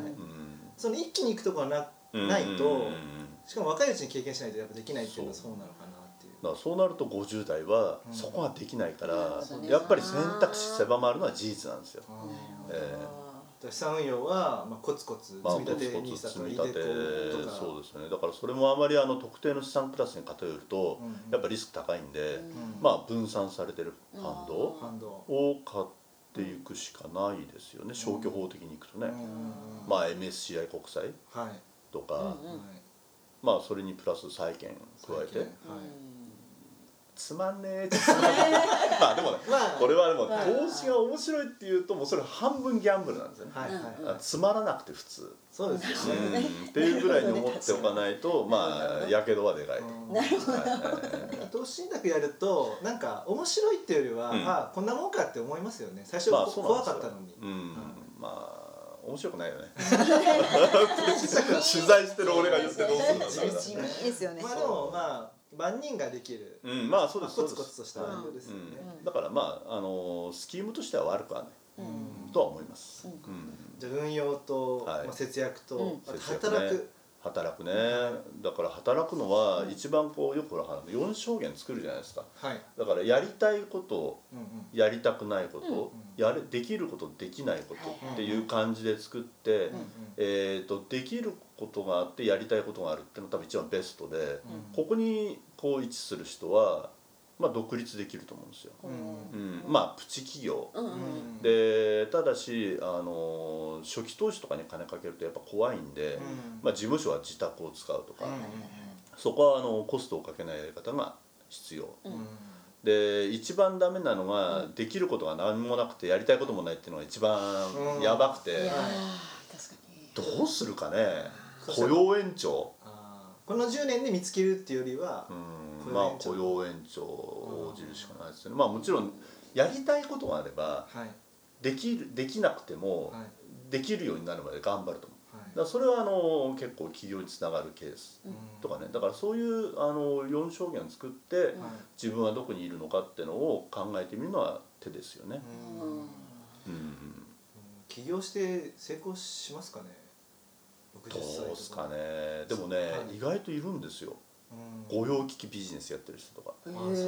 [SPEAKER 1] その一気に行くところは
[SPEAKER 3] う
[SPEAKER 1] なんないと
[SPEAKER 3] うん
[SPEAKER 1] しかも若いうちに経験しないとやっぱできないっていうのはそうなのかなっていう
[SPEAKER 3] だからそうなると50代は
[SPEAKER 1] うん
[SPEAKER 3] そこができないから、
[SPEAKER 2] そうですね
[SPEAKER 3] やっぱり選択肢狭まるのは事実なんですよ
[SPEAKER 1] あ
[SPEAKER 2] な
[SPEAKER 1] ー
[SPEAKER 2] る
[SPEAKER 3] え
[SPEAKER 2] ほ
[SPEAKER 1] 資産運用は、まあ、コツコツ
[SPEAKER 3] まあ
[SPEAKER 1] 積み
[SPEAKER 3] コツ
[SPEAKER 1] 立て
[SPEAKER 3] コ
[SPEAKER 1] n i
[SPEAKER 3] ツ
[SPEAKER 1] s
[SPEAKER 3] 積
[SPEAKER 1] とか
[SPEAKER 3] み
[SPEAKER 1] イデ
[SPEAKER 3] 立
[SPEAKER 1] コ
[SPEAKER 3] て
[SPEAKER 1] とか
[SPEAKER 3] そうですよねだからそれもあまりあの特定の資産クラスに偏ると、
[SPEAKER 1] うん
[SPEAKER 3] やっぱリスク高いんで、
[SPEAKER 2] ど
[SPEAKER 1] ん
[SPEAKER 3] まあ分散されてるファンド
[SPEAKER 2] あ
[SPEAKER 1] ハンド
[SPEAKER 3] を買っていくしかないですよね消去法的にいくとね、
[SPEAKER 1] うん
[SPEAKER 3] まあ MSCI 国債
[SPEAKER 1] はい、
[SPEAKER 3] とか、
[SPEAKER 2] うん
[SPEAKER 1] はい
[SPEAKER 3] まあそれにプラス債券加え
[SPEAKER 1] 最
[SPEAKER 3] て
[SPEAKER 1] 近はい
[SPEAKER 3] つまんねえってまあでもね
[SPEAKER 1] まあ
[SPEAKER 3] これはでも
[SPEAKER 2] はい
[SPEAKER 3] 投資が面白いっていうともうそれ半分ギャンブルなんですよね、
[SPEAKER 1] はいはい、
[SPEAKER 2] うん
[SPEAKER 3] あつまらなくて普通、
[SPEAKER 1] そうですよね、
[SPEAKER 3] うんっていうぐらいに思っておかないとまあやけどはでかい、
[SPEAKER 1] うん
[SPEAKER 2] なるほど
[SPEAKER 3] はい
[SPEAKER 1] 投資信託やるとなんか面白いっていうよりは、
[SPEAKER 3] うん
[SPEAKER 1] あこんなもんかって思いますよね最初、
[SPEAKER 3] まあ
[SPEAKER 1] こ
[SPEAKER 3] そうなん
[SPEAKER 1] 怖
[SPEAKER 3] ですよ
[SPEAKER 1] かったのに、
[SPEAKER 3] うん、まあ面白くないよね
[SPEAKER 2] 取
[SPEAKER 3] 取材してる俺が言ってどうするんだ
[SPEAKER 1] それ
[SPEAKER 2] 地味ですよね
[SPEAKER 1] まあでもまあ万人ができる、
[SPEAKER 3] うんまあそう
[SPEAKER 1] ま
[SPEAKER 3] で
[SPEAKER 1] あ、
[SPEAKER 3] す
[SPEAKER 1] コ
[SPEAKER 3] そう
[SPEAKER 1] ツ
[SPEAKER 3] です
[SPEAKER 1] コツとした内容ですよね、
[SPEAKER 3] うん、だからまああのスキームとしては悪くはない、
[SPEAKER 2] うん
[SPEAKER 1] うん
[SPEAKER 3] とは思います、
[SPEAKER 2] うん
[SPEAKER 3] うん
[SPEAKER 1] じゃあ運用と、
[SPEAKER 3] はい
[SPEAKER 1] まあ、節約と、
[SPEAKER 2] うん
[SPEAKER 1] あと
[SPEAKER 3] 節約ね
[SPEAKER 1] 働く、
[SPEAKER 3] 働くねだから働くのは
[SPEAKER 2] うん
[SPEAKER 3] 一番こうよくほら4証言作るじゃないですか
[SPEAKER 1] はい、
[SPEAKER 3] だからやりたいこと
[SPEAKER 1] うんうん、
[SPEAKER 3] やりたくないこと、
[SPEAKER 1] うん
[SPEAKER 3] やれできることできないこ
[SPEAKER 2] はいはい
[SPEAKER 3] とっていう感じで作って、
[SPEAKER 2] うん
[SPEAKER 3] えー、とできることがあってやりたいことがあるっていうのが多分一番ベストで、
[SPEAKER 1] うん
[SPEAKER 3] ここにこう位置する人は、まあ、独立できると思うんですよ、
[SPEAKER 1] う
[SPEAKER 3] うんまあプチ企業、
[SPEAKER 2] うん
[SPEAKER 1] うん
[SPEAKER 2] うん
[SPEAKER 1] うん
[SPEAKER 3] でただし、あの初期投資とかに金かけるとやっぱ怖いんで、
[SPEAKER 1] うん
[SPEAKER 3] まあ、事務所は自宅を使うとか、
[SPEAKER 1] うんうん
[SPEAKER 3] そこはあのコストをかけないやり方が必要
[SPEAKER 1] うん
[SPEAKER 3] で一番ダメなのが、できることが何もなくてやりたいこともないっていうのが一番やばくて、
[SPEAKER 2] いやー確かに
[SPEAKER 3] どうするかね
[SPEAKER 1] そした
[SPEAKER 3] 雇
[SPEAKER 1] ら
[SPEAKER 3] 用延長、
[SPEAKER 1] あーこの10年で見つけるっていうよりは
[SPEAKER 3] う、ん
[SPEAKER 1] 雇用延長
[SPEAKER 3] まあ、雇用延長を応じるしかないですよね、まあ、もちろんやりたいことがあれば
[SPEAKER 1] はい
[SPEAKER 3] できるできなくても、
[SPEAKER 1] はい
[SPEAKER 3] できるようになるまで頑張ると思うだか
[SPEAKER 1] は
[SPEAKER 3] らそれはあの結構起業につながるケース
[SPEAKER 1] い
[SPEAKER 3] とかねだからそういうあの4証言を作って
[SPEAKER 1] うんはい
[SPEAKER 3] 自分はどこにいるのかっていうのを考えてみるのは手ですよね、
[SPEAKER 1] うん
[SPEAKER 3] うん、
[SPEAKER 1] 起業して成功しますかね60歳
[SPEAKER 3] どう
[SPEAKER 1] と
[SPEAKER 3] ですかねでもね、
[SPEAKER 1] はい
[SPEAKER 3] 意外といるんですよ
[SPEAKER 1] うん
[SPEAKER 3] 御用聞きビジネスやってる人とか
[SPEAKER 2] へ
[SPEAKER 1] あそうなんだ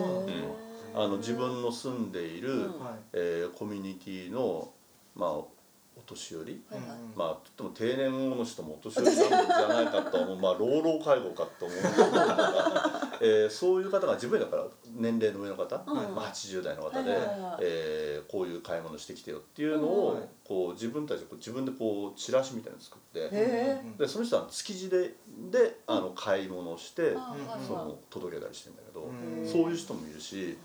[SPEAKER 2] ー
[SPEAKER 3] あの自分の住んでいる、
[SPEAKER 2] うん
[SPEAKER 1] はい
[SPEAKER 3] えーコミュニティのまあお年寄り
[SPEAKER 2] はいはい
[SPEAKER 3] まあとっても定年後の人もお年寄りなんじゃないかと思うまあ老老介護か と思うんですけど、えーそういう方が自分よりだから年齢の上の方、
[SPEAKER 2] うん
[SPEAKER 3] まあ、80代の方で、
[SPEAKER 2] はいはいはい
[SPEAKER 3] えーこういう買い物してきてよっていう
[SPEAKER 1] う
[SPEAKER 3] の
[SPEAKER 1] ん
[SPEAKER 3] を
[SPEAKER 1] うん
[SPEAKER 3] こう自分たちでこう自分でこうチラシみたいなの作って、
[SPEAKER 2] へえ
[SPEAKER 1] うんうんうん
[SPEAKER 3] でその人は築地でであの買い物をして、
[SPEAKER 2] あーはいはい
[SPEAKER 3] その届けたりしてんだけど、
[SPEAKER 1] うん
[SPEAKER 3] そういう人もいるし、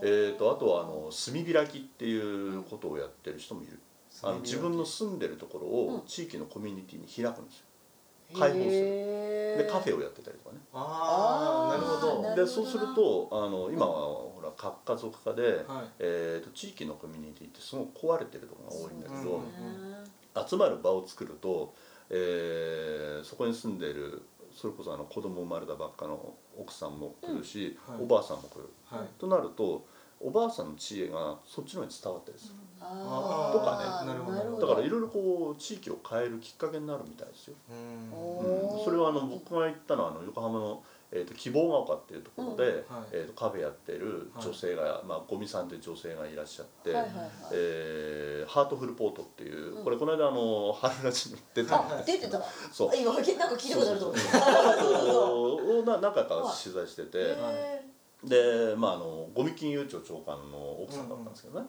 [SPEAKER 3] えー、とあとはあの炭開きっていうことをやってる人もいる、あの自分の住んでるところを
[SPEAKER 2] うん
[SPEAKER 3] 地域のコミュニティに開くんですよ開放するでカフェをやってたりとかね
[SPEAKER 1] ああなるほどは
[SPEAKER 2] なるほどな
[SPEAKER 3] でそうするとあの今はほら核家族化で、
[SPEAKER 1] い
[SPEAKER 3] えー、と地域のコミュニティってすごく壊れてるところが多いんだけど、
[SPEAKER 1] うん
[SPEAKER 3] 集まる場を作ると、えーそこに住んでいるそれこそあの子供生まれたばっかの奥さんも来るし、
[SPEAKER 1] うんはい
[SPEAKER 3] おばあさんも来る
[SPEAKER 1] はい
[SPEAKER 3] となるとおばあさんの知恵がそっちの方に伝わったりする、
[SPEAKER 2] あー
[SPEAKER 3] とか
[SPEAKER 1] ねなるほどうん
[SPEAKER 3] だからいろいろこう地域を変えるきっかけになるみたいですよ、
[SPEAKER 1] うん
[SPEAKER 2] お
[SPEAKER 3] う
[SPEAKER 2] おー
[SPEAKER 3] ん、それはあの僕が行ったのはあの横浜の、えー、と希望が丘っていうところで、
[SPEAKER 2] うん
[SPEAKER 1] はい
[SPEAKER 3] えー、とカフェやってる女性が、まあ、ゴミさんという女性がいらっしゃって、
[SPEAKER 2] はいはいはい
[SPEAKER 3] えーハートフルポートっていう、
[SPEAKER 2] うん
[SPEAKER 3] これこの間あの春ラジに出たん
[SPEAKER 2] あ
[SPEAKER 3] です
[SPEAKER 2] 出てた
[SPEAKER 3] そう
[SPEAKER 2] あ今なんか聞いたことあると思って
[SPEAKER 3] をな何回か取材 してて
[SPEAKER 1] う
[SPEAKER 2] へ
[SPEAKER 3] でまああのゴミ金融庁長官の奥さんだったんですけどね、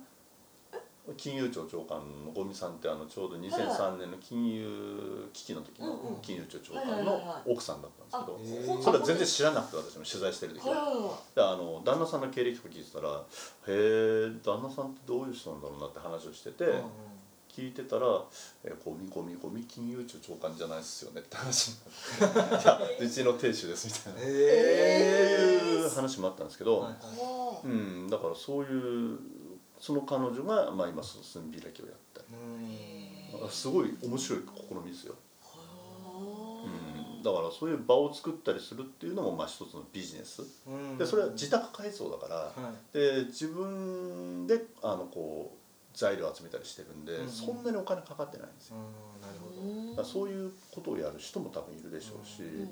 [SPEAKER 3] 金融庁長官のゴミさんってあのちょうど2003年の金融危機の時
[SPEAKER 2] うんうん
[SPEAKER 3] の金融庁長官の奥さんだったんですけど。
[SPEAKER 2] ー
[SPEAKER 1] へー
[SPEAKER 3] それは全然知らなくて私も取材してる時
[SPEAKER 2] はいはい
[SPEAKER 3] は
[SPEAKER 2] は
[SPEAKER 3] であの旦那さんの経歴とか聞いてたら「へえ旦那さんってどういう人なんだろうな」って話をしてて、
[SPEAKER 1] うんうん
[SPEAKER 3] 聞いてたら「えーゴミゴミゴミ金融庁長官じゃないっすよね」って話にな って「いやうちの亭主です」みたいな、って
[SPEAKER 1] え
[SPEAKER 3] いう話もあったんですけど、
[SPEAKER 1] はい
[SPEAKER 2] いは
[SPEAKER 3] うん、だからそういうその彼女が、まあ、今その炭開きをやった
[SPEAKER 1] うん
[SPEAKER 3] りすごい面白い試みですよ、
[SPEAKER 2] あ
[SPEAKER 3] うん、だからそういう場を作ったりするっていうのもまあ一つのビジネス
[SPEAKER 1] うん
[SPEAKER 3] でそれは自宅改装だから
[SPEAKER 1] はい
[SPEAKER 3] で自分であのこう材料集めたりしてるんで、
[SPEAKER 1] うん
[SPEAKER 3] そんなにお金かかってないんですよ
[SPEAKER 1] うんなるほど
[SPEAKER 3] だからそう
[SPEAKER 2] い
[SPEAKER 3] いうことをやる人も多分いるでしょう
[SPEAKER 2] う
[SPEAKER 3] し、
[SPEAKER 2] んうん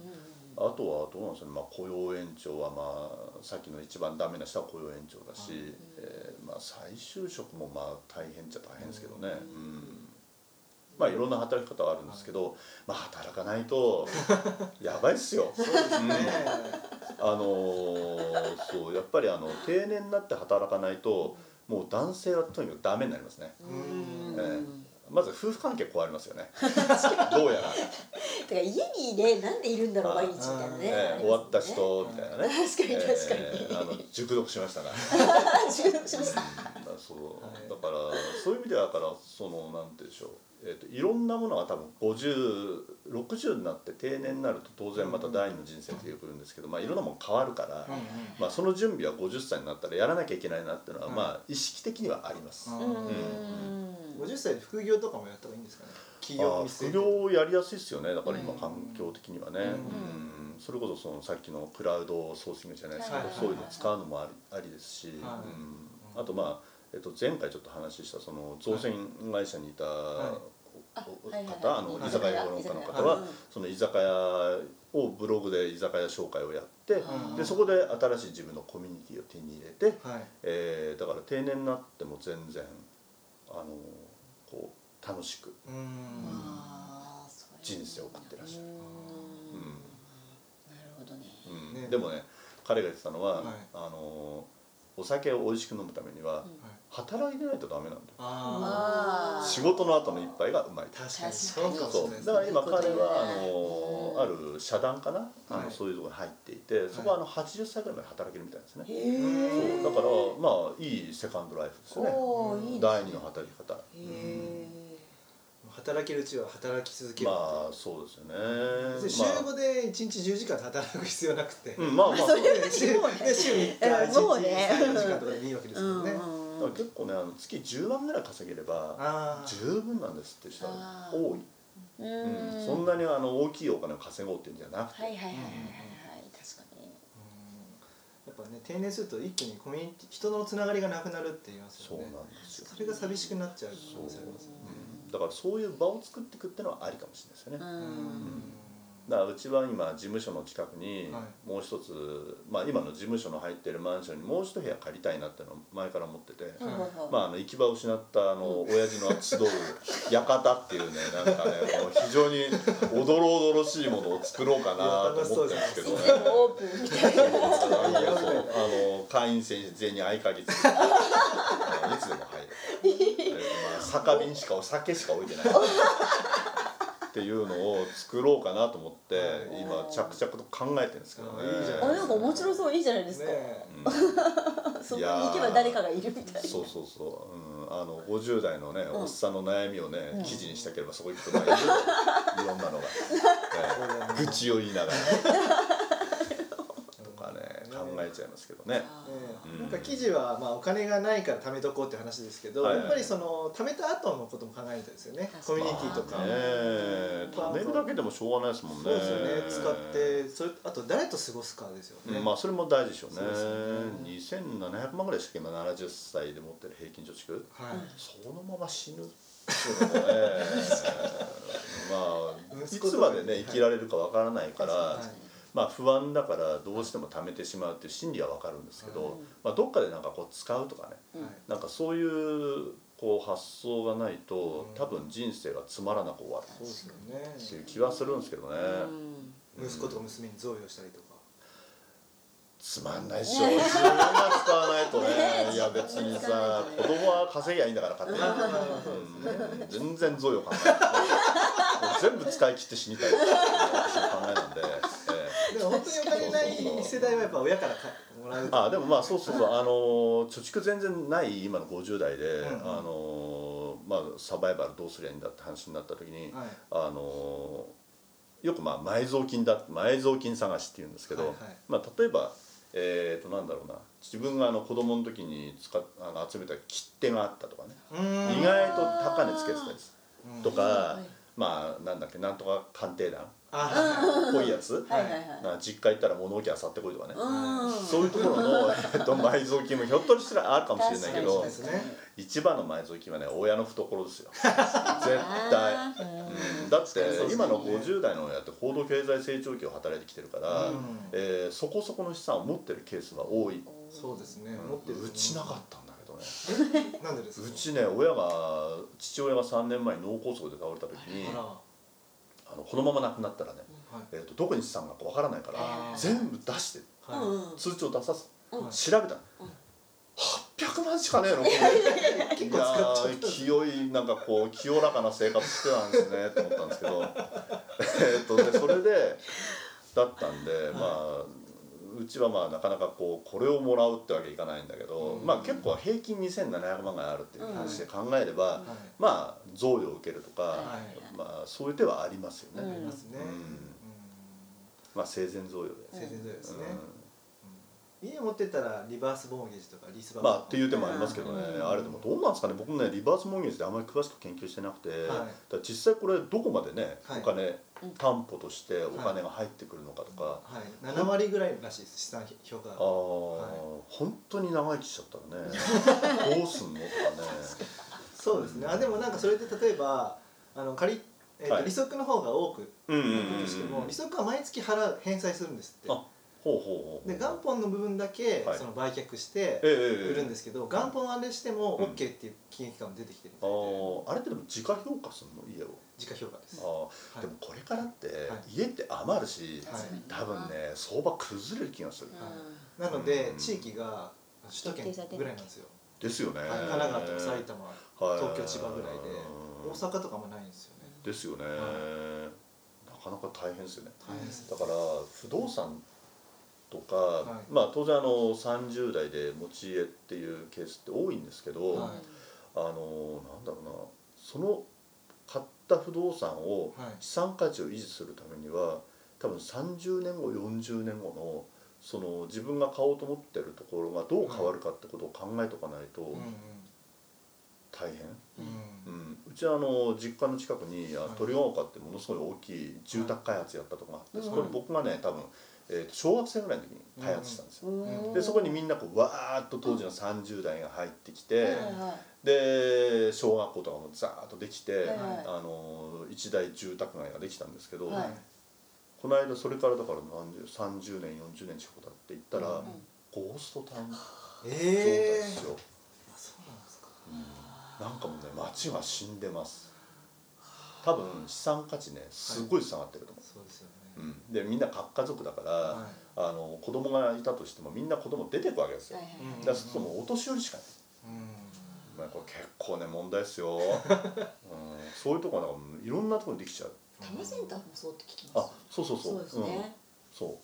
[SPEAKER 3] あとはどうなんですかね、まあ、雇用延長は、まあ、さっきの一番ダメな人は雇用延長だし、
[SPEAKER 1] はい
[SPEAKER 3] えーまあ、再就職もまあ大変っちゃ大変ですけどね、うんまあ、いろんな働き方はあるんですけど、まあ、働かないとやばいっすよ。
[SPEAKER 1] そうですね
[SPEAKER 3] あのーそうやっぱりあの定年になって働かないともう男性はとにかくダメになりますね
[SPEAKER 2] うん
[SPEAKER 3] え
[SPEAKER 2] うん
[SPEAKER 3] まず夫婦関係壊れますよねどうやら、
[SPEAKER 2] てか家にねなんでいるんだろう毎日みたいなね
[SPEAKER 3] え
[SPEAKER 2] ありますよ
[SPEAKER 3] ー
[SPEAKER 2] ね
[SPEAKER 3] 終わった人みたいな ね
[SPEAKER 2] 確かに確かに、
[SPEAKER 3] えーあの熟読しましたが
[SPEAKER 2] あ収録しました
[SPEAKER 3] だ そう、
[SPEAKER 1] はい
[SPEAKER 3] だからそういう意味ではだからそのなんて言うんでしょうえー、といろんなものが多分5060になって定年になると当然また第二の人生ってよく言うんですけど、まあ、いろんなもの変わるから、
[SPEAKER 1] うんうん
[SPEAKER 3] まあ、その準備は50歳になったらやらなきゃいけないなっていうのは、
[SPEAKER 1] はい
[SPEAKER 3] まあ、意識的にはあります。
[SPEAKER 1] うん
[SPEAKER 2] うん
[SPEAKER 1] 50歳で副業とかもやった方がいいんですかね企業
[SPEAKER 3] あ
[SPEAKER 1] を
[SPEAKER 3] あ
[SPEAKER 1] 見据えて
[SPEAKER 3] 副業をやりやすいですよねだから今
[SPEAKER 2] うん
[SPEAKER 3] 環境的にはね、
[SPEAKER 1] うん
[SPEAKER 3] うんそれこそそのさっきのクラウドソーシングじゃないですけど、
[SPEAKER 1] はい
[SPEAKER 3] そういうの使うのもありありですし、
[SPEAKER 1] は
[SPEAKER 3] うんあとまあ、えっと、前回ちょっと話したその造船会社にいた、
[SPEAKER 2] あ
[SPEAKER 3] お
[SPEAKER 2] はいはいはい
[SPEAKER 3] 方あの
[SPEAKER 1] はい
[SPEAKER 3] 居酒屋評論家の方は、
[SPEAKER 2] はい
[SPEAKER 3] その居酒屋をブログで居酒屋紹介をやって、
[SPEAKER 2] うん
[SPEAKER 3] でそこで新しい自分のコミュニティを手に入れて、
[SPEAKER 1] はい
[SPEAKER 3] えーだから定年になっても全然あのこう楽しく、
[SPEAKER 1] うーん
[SPEAKER 2] あーそういう
[SPEAKER 3] 人生を送ってらっしゃる
[SPEAKER 2] うん
[SPEAKER 3] うん
[SPEAKER 2] なるほどね
[SPEAKER 3] うん
[SPEAKER 1] ね
[SPEAKER 3] でもね彼が言ってたのは、
[SPEAKER 1] はい
[SPEAKER 3] あのお酒を美味しく飲むために
[SPEAKER 2] う
[SPEAKER 3] は、
[SPEAKER 2] ん
[SPEAKER 3] 働いてないとダメなんだよ
[SPEAKER 1] あ
[SPEAKER 2] あー
[SPEAKER 3] 仕事の後の一杯がうまい
[SPEAKER 1] あ確かにそうかもしれ
[SPEAKER 3] そ
[SPEAKER 1] ないで
[SPEAKER 3] う
[SPEAKER 1] す
[SPEAKER 3] だ
[SPEAKER 1] ね
[SPEAKER 3] から今彼
[SPEAKER 2] そういうこと
[SPEAKER 3] は
[SPEAKER 2] だね
[SPEAKER 3] あの、ある社団かな、あ
[SPEAKER 1] は
[SPEAKER 3] の
[SPEAKER 1] い
[SPEAKER 3] そういうところに入っていて、そこはあの80歳ぐらいまで働けるみたいですね、
[SPEAKER 2] へ
[SPEAKER 1] ー
[SPEAKER 3] そうだからまあいいセカンドライフですね
[SPEAKER 2] おーいいですね
[SPEAKER 3] 第二の働き方
[SPEAKER 2] へ
[SPEAKER 1] 働けるうちは働き続ける
[SPEAKER 3] まあそうですよね
[SPEAKER 1] で週5で1日10時間働く必要なくて
[SPEAKER 3] まあ、うん、まあまあ
[SPEAKER 1] 週で週3日1日
[SPEAKER 2] もうね
[SPEAKER 1] 3時間とかでいいわけですも
[SPEAKER 2] う
[SPEAKER 1] ん
[SPEAKER 2] んう
[SPEAKER 1] ね
[SPEAKER 2] んうん
[SPEAKER 3] の結構ねあの月10万ぐらい稼げれば
[SPEAKER 1] あー
[SPEAKER 3] 十分なんですって人は
[SPEAKER 2] あー
[SPEAKER 3] 多い、
[SPEAKER 2] う
[SPEAKER 3] うん
[SPEAKER 2] ん
[SPEAKER 3] そんなにあの大きいお金を稼ごうっていうんじゃなくて、
[SPEAKER 2] はいはいはいはいはいはい確かに
[SPEAKER 1] うんやっぱね定年すると一気にコミュニティ人のつながりがなくなるって言います
[SPEAKER 3] そ
[SPEAKER 1] よ
[SPEAKER 3] う
[SPEAKER 1] ね
[SPEAKER 3] なんですよ、
[SPEAKER 1] それが寂しくなっちゃう可
[SPEAKER 3] そう
[SPEAKER 1] 能性ありますよね
[SPEAKER 3] うん、だからそういう場を作っていくっていうのはありかもしれないですよね、
[SPEAKER 2] う
[SPEAKER 1] うん
[SPEAKER 2] ん
[SPEAKER 3] だからうちは今事務所の近くに
[SPEAKER 1] は
[SPEAKER 3] もう一つ、まあ、今の事務所の入ってるマンションにもう一部屋借りたいなっていうのを前から思ってて、
[SPEAKER 1] うん
[SPEAKER 3] まあ、あの行き場を失ったあの親父の集う館っていうねなんかねこの非常におどろおどろしいものを作ろうかなと思ってるんですけ
[SPEAKER 2] い
[SPEAKER 3] どね
[SPEAKER 2] つ。でもオープンみたいな
[SPEAKER 3] そうあの会員選手全員合鍵つけてあのいつでも入れる、でまあ、酒瓶しかお酒しか置いてないっていうのを作ろうかなと思って今着々と考えてるんですけどね
[SPEAKER 1] あいいじゃ
[SPEAKER 2] あ
[SPEAKER 1] な
[SPEAKER 2] なんか面白そういいじゃないですか、
[SPEAKER 1] ね
[SPEAKER 2] そこに行けば誰かがいるみたいな
[SPEAKER 3] うんそうそうそう、うん、あの50代のねおっさんの悩みをね、
[SPEAKER 2] うん
[SPEAKER 3] 記事にしたければそこ行くとまあいろいろんなのが、
[SPEAKER 1] そうだ
[SPEAKER 3] え
[SPEAKER 1] ね
[SPEAKER 3] え愚痴を言いながら とかね考えちゃいますけどね
[SPEAKER 2] あ
[SPEAKER 1] え
[SPEAKER 3] うん
[SPEAKER 1] えなんか記事はまあお金がないから貯めとこうって話ですけど、
[SPEAKER 3] はいはい
[SPEAKER 1] やっぱりその貯めた後のことも考えるんですよね
[SPEAKER 2] 確か
[SPEAKER 1] コ
[SPEAKER 2] に
[SPEAKER 1] ミュニティとか、
[SPEAKER 3] まあね貯めるだけでもしょうがないですもんね
[SPEAKER 1] そうですよね使ってそれあと誰と過ごすかですよね、
[SPEAKER 3] うんまあそれも大事でしょうね
[SPEAKER 1] そうですよ
[SPEAKER 3] 2700万ぐらいでしたっけ今70歳で持ってる平均貯蓄
[SPEAKER 1] はい、
[SPEAKER 3] そのまま死ぬっていうのもね まあい
[SPEAKER 1] 息子
[SPEAKER 3] つ
[SPEAKER 1] と
[SPEAKER 3] ま
[SPEAKER 1] かね
[SPEAKER 3] でね生きられるかわからないから、
[SPEAKER 1] はい
[SPEAKER 3] まあ不安だからどうしても貯めてしまうっていう心理はわかるんですけど、
[SPEAKER 2] うん
[SPEAKER 3] まあ、どっかでなんかこう使うとかね
[SPEAKER 2] うん
[SPEAKER 1] はい
[SPEAKER 3] なんかそういうこう発想がないと
[SPEAKER 1] うん
[SPEAKER 3] 多分人生がつまらなく終わる
[SPEAKER 1] そうですよ
[SPEAKER 3] ってい
[SPEAKER 1] ね
[SPEAKER 3] う気はするんですけどね、
[SPEAKER 2] うん
[SPEAKER 1] 息子とか娘に贈与したりとか
[SPEAKER 3] つまんないっしょ自分が使わないとね
[SPEAKER 2] ね
[SPEAKER 3] いや別に
[SPEAKER 2] 使わ
[SPEAKER 3] さ
[SPEAKER 2] ない
[SPEAKER 3] 子
[SPEAKER 2] と
[SPEAKER 3] 供は稼ぎゃいいんだから勝手
[SPEAKER 1] あ
[SPEAKER 3] に
[SPEAKER 1] あそうですね
[SPEAKER 3] うん全然贈与考えないもう全部使い切って死にたいっていう私の考えなんで、ええ
[SPEAKER 1] でも本当にお金ない世代はやっぱ親からかもらう
[SPEAKER 3] あでもまあそうそうそうあのー貯蓄全然ない今の50代で、
[SPEAKER 1] んうん
[SPEAKER 3] あのーまあ、サバイバルどうすりゃいいんだって話になった時に、
[SPEAKER 1] はい
[SPEAKER 3] あのーよくまあ埋蔵金だ埋蔵金探しっていうんですけど、
[SPEAKER 1] はいはい
[SPEAKER 3] まあ、例えば、えー、となんだろうな自分があの子供の時に使っあの集めた切手があったとかね、
[SPEAKER 1] うーん
[SPEAKER 3] 意外と高値つけてたりする
[SPEAKER 1] うん
[SPEAKER 3] とか、
[SPEAKER 2] うん
[SPEAKER 3] まあなんだっけなんとか鑑定団っ
[SPEAKER 1] あ
[SPEAKER 3] ぽいやつ、
[SPEAKER 2] はいはいはい
[SPEAKER 3] まあ実家行ったら物置あさってこいとかね、
[SPEAKER 2] うん
[SPEAKER 3] そういうところの、え っと、埋蔵金もひょっとしたらあるかもしれないけ
[SPEAKER 1] そ
[SPEAKER 3] ど
[SPEAKER 1] うですね
[SPEAKER 3] 一番の埋蔵金はね親の懐で すよ絶対。うんだって
[SPEAKER 1] そうですね
[SPEAKER 3] 今の50代の親って高度経済成長期を働いてきてるから、
[SPEAKER 1] うん
[SPEAKER 3] えーそこそこの資産を持ってるケースが多い、
[SPEAKER 1] そうですね
[SPEAKER 3] うん
[SPEAKER 1] 持ってる
[SPEAKER 3] うちなかったんだけどね
[SPEAKER 1] たなんでですか
[SPEAKER 3] うちね親が父親が3年前に脳梗塞で倒れた時に
[SPEAKER 1] あら
[SPEAKER 3] あ
[SPEAKER 1] は
[SPEAKER 3] のこのまま亡くなったらね、
[SPEAKER 1] い
[SPEAKER 3] えー、とどこに資産があるかわからないから
[SPEAKER 1] あー
[SPEAKER 3] 全部出して
[SPEAKER 1] はい
[SPEAKER 3] 通帳出さす、
[SPEAKER 1] うん
[SPEAKER 3] 調べた、
[SPEAKER 2] うん
[SPEAKER 3] 800万しかねえのこれ
[SPEAKER 1] 結構使っちゃった
[SPEAKER 3] いやー清いなんかこう清らかな生活してたんですねと思ったんですけど えーっとでそれでだったんで、まあうちはまあなかなかこうこれをもらうってわけいかないんだけど、
[SPEAKER 1] うん
[SPEAKER 3] まあ結構平均2700万ぐらいあるっていう話で考えれば、
[SPEAKER 1] はい
[SPEAKER 3] まあ贈与を受けるとか、
[SPEAKER 1] はい
[SPEAKER 3] まあそういう手はありますよね、
[SPEAKER 1] ありますね
[SPEAKER 3] うん
[SPEAKER 1] うん
[SPEAKER 3] まあ生前贈与で。
[SPEAKER 1] 生前贈与ですね
[SPEAKER 3] うん
[SPEAKER 1] 家持ってたらリバースボーゲージとかリースバー
[SPEAKER 3] まあっていうう手もありますけどね、
[SPEAKER 2] うん
[SPEAKER 3] あれでもどうなんですかね僕もねリバースモーゲージってあんまり詳しく研究してなくて、だから実際これどこまでね、
[SPEAKER 1] はい
[SPEAKER 3] お金
[SPEAKER 2] うん
[SPEAKER 3] 担保としてお金が入ってくるのかとか、
[SPEAKER 1] はい7割ぐらいらしいです資産評価
[SPEAKER 3] ああ、本当に長生きしちゃった らねどうすんのとか
[SPEAKER 1] そうですねあでもなんかそれで例えばあの借りえー
[SPEAKER 3] は
[SPEAKER 1] と
[SPEAKER 3] い
[SPEAKER 1] 利息の方が多く
[SPEAKER 3] ねうん
[SPEAKER 1] なったとしても利息は毎月払う返済するんですって
[SPEAKER 3] あほうほうほう
[SPEAKER 1] で元本の部分だけ
[SPEAKER 3] はい
[SPEAKER 1] その売却して
[SPEAKER 3] ええ
[SPEAKER 1] 売るん
[SPEAKER 3] ええ
[SPEAKER 1] ですけど元本あれしても
[SPEAKER 3] うん
[SPEAKER 1] OK っていう金融機関も出てきてるみた
[SPEAKER 3] あ
[SPEAKER 1] いで
[SPEAKER 3] ーあれってでも自家評価するの家を
[SPEAKER 1] 自家評価ですは
[SPEAKER 3] あー、
[SPEAKER 1] い
[SPEAKER 3] でもこれからって、
[SPEAKER 1] はい
[SPEAKER 3] 家って余るし、
[SPEAKER 1] はい
[SPEAKER 3] 多分ね相場崩れる気がする、
[SPEAKER 1] なので
[SPEAKER 3] うん
[SPEAKER 1] 地域が首都圏ぐらいなんですよ
[SPEAKER 3] ですよね、
[SPEAKER 1] はい神奈川とか埼玉
[SPEAKER 3] はい
[SPEAKER 1] 東京千葉ぐらいで
[SPEAKER 3] うん
[SPEAKER 1] 大阪とかもないんですよね
[SPEAKER 3] ですよね、なかなか大変ですよね
[SPEAKER 1] 大変です
[SPEAKER 3] だから不動産とか、
[SPEAKER 1] はい
[SPEAKER 3] まあ当然あの30代で持ち家っていうケースって多いんですけど、
[SPEAKER 1] はい
[SPEAKER 3] あのなんだろうなその買った不動産を
[SPEAKER 1] はい
[SPEAKER 3] 資産価値を維持するためには多分30年後40年後のその自分が買おうと思ってるところがどう変わるかってことを考えとかないと、
[SPEAKER 1] うんうん
[SPEAKER 3] 大変、
[SPEAKER 1] うん
[SPEAKER 3] うん、うちはあの実家の近くにあ鳥ヶ丘ってものすごい大きい住宅開発やったとこがあって、
[SPEAKER 2] うん
[SPEAKER 3] そこに僕がね多分、えーと小学生ぐらいの時に開発したんですよ、
[SPEAKER 1] うん
[SPEAKER 3] でそこにみんなこうわーっと当時の30代が入ってき
[SPEAKER 2] は
[SPEAKER 3] て、
[SPEAKER 2] いは
[SPEAKER 3] で小学校とかもザーッとできて、
[SPEAKER 2] いはい
[SPEAKER 3] あのー一大住宅街ができたんですけど、
[SPEAKER 2] はい
[SPEAKER 3] この間それからだから何十30年40年近く経っていったら、
[SPEAKER 1] うん
[SPEAKER 3] ゴーストタウン状態で
[SPEAKER 1] ええ
[SPEAKER 3] すよ、
[SPEAKER 1] あそうなんですか
[SPEAKER 3] なんかもうね街が死んでます多分資産価値ねすごい下がってると思
[SPEAKER 1] そうですよ
[SPEAKER 3] う、
[SPEAKER 1] ね
[SPEAKER 3] うん、でみんな核家族だから、
[SPEAKER 1] は
[SPEAKER 3] あの子供がいたとしてもみんな子供出てくわけですよ、
[SPEAKER 2] はい
[SPEAKER 1] うん
[SPEAKER 3] だからそうするともうお年寄りしかいない
[SPEAKER 1] いうん
[SPEAKER 3] まあ、これ結構ね問題 ですよ、うん、そういうとこなんかいろんなとこにできちゃう
[SPEAKER 2] 多摩センターもそうって聞きま
[SPEAKER 3] あ
[SPEAKER 2] す
[SPEAKER 3] そうそうそう
[SPEAKER 2] そうですね、な
[SPEAKER 3] ん
[SPEAKER 2] んか
[SPEAKER 3] そう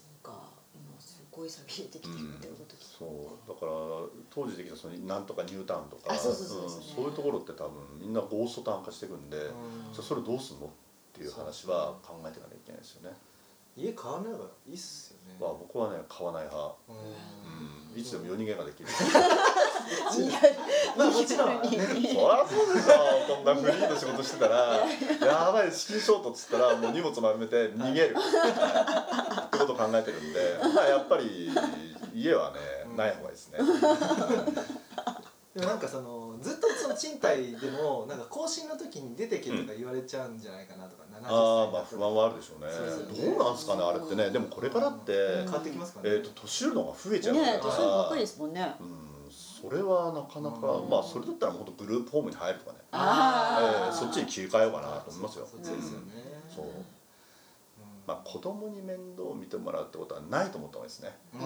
[SPEAKER 2] 今すごい錆びれてきてるっていうこと聞き
[SPEAKER 3] そうだから当時できたそのなんとかニュータウンとか
[SPEAKER 2] あそうそうそうそう
[SPEAKER 3] うんそういうところって多分みんなゴーストタウン化していくんで、
[SPEAKER 1] うん
[SPEAKER 3] じゃあそれどうすんのっていう話は考えていかなきゃいけないですよね、
[SPEAKER 1] 家買わない方がいいっすよね
[SPEAKER 3] まあ、僕はね買わない派、
[SPEAKER 1] うん
[SPEAKER 3] うん、いつでも夜逃げができる
[SPEAKER 1] まあもちろんね
[SPEAKER 3] そりゃそうでしょこんなフリーの仕事してたらやばい資金ショートっつったらもう荷物丸めて逃げる、はいってことを考えてるんでまあやっぱり家はね、
[SPEAKER 1] うん
[SPEAKER 3] ない方がいいですね、
[SPEAKER 1] でもなんかそのずっとその賃貸でもなんか更新の時に出てけとか言われちゃうんじゃないかなとか、70歳に
[SPEAKER 3] ああま
[SPEAKER 1] な
[SPEAKER 3] あ
[SPEAKER 1] った
[SPEAKER 3] 不安はあるでしょうね
[SPEAKER 1] そうですよ
[SPEAKER 3] ど
[SPEAKER 1] ね
[SPEAKER 3] うなんすかねあれってねでもこれからって、
[SPEAKER 1] 変わってきますかね、
[SPEAKER 3] えー、と年寄るのが増えちゃうから、
[SPEAKER 2] ねえ年寄りばっかりですもんね
[SPEAKER 3] うんそれはなかなか、
[SPEAKER 1] うん
[SPEAKER 3] まあそれだったらもっとグループホームに入るとかね、
[SPEAKER 2] あー
[SPEAKER 3] えーそっちに切り替えようかなと思いますよ
[SPEAKER 1] そっちですよね、
[SPEAKER 3] そううんまあ子供に面倒を見てもらうってことはないと思った方がいいですね、
[SPEAKER 1] うん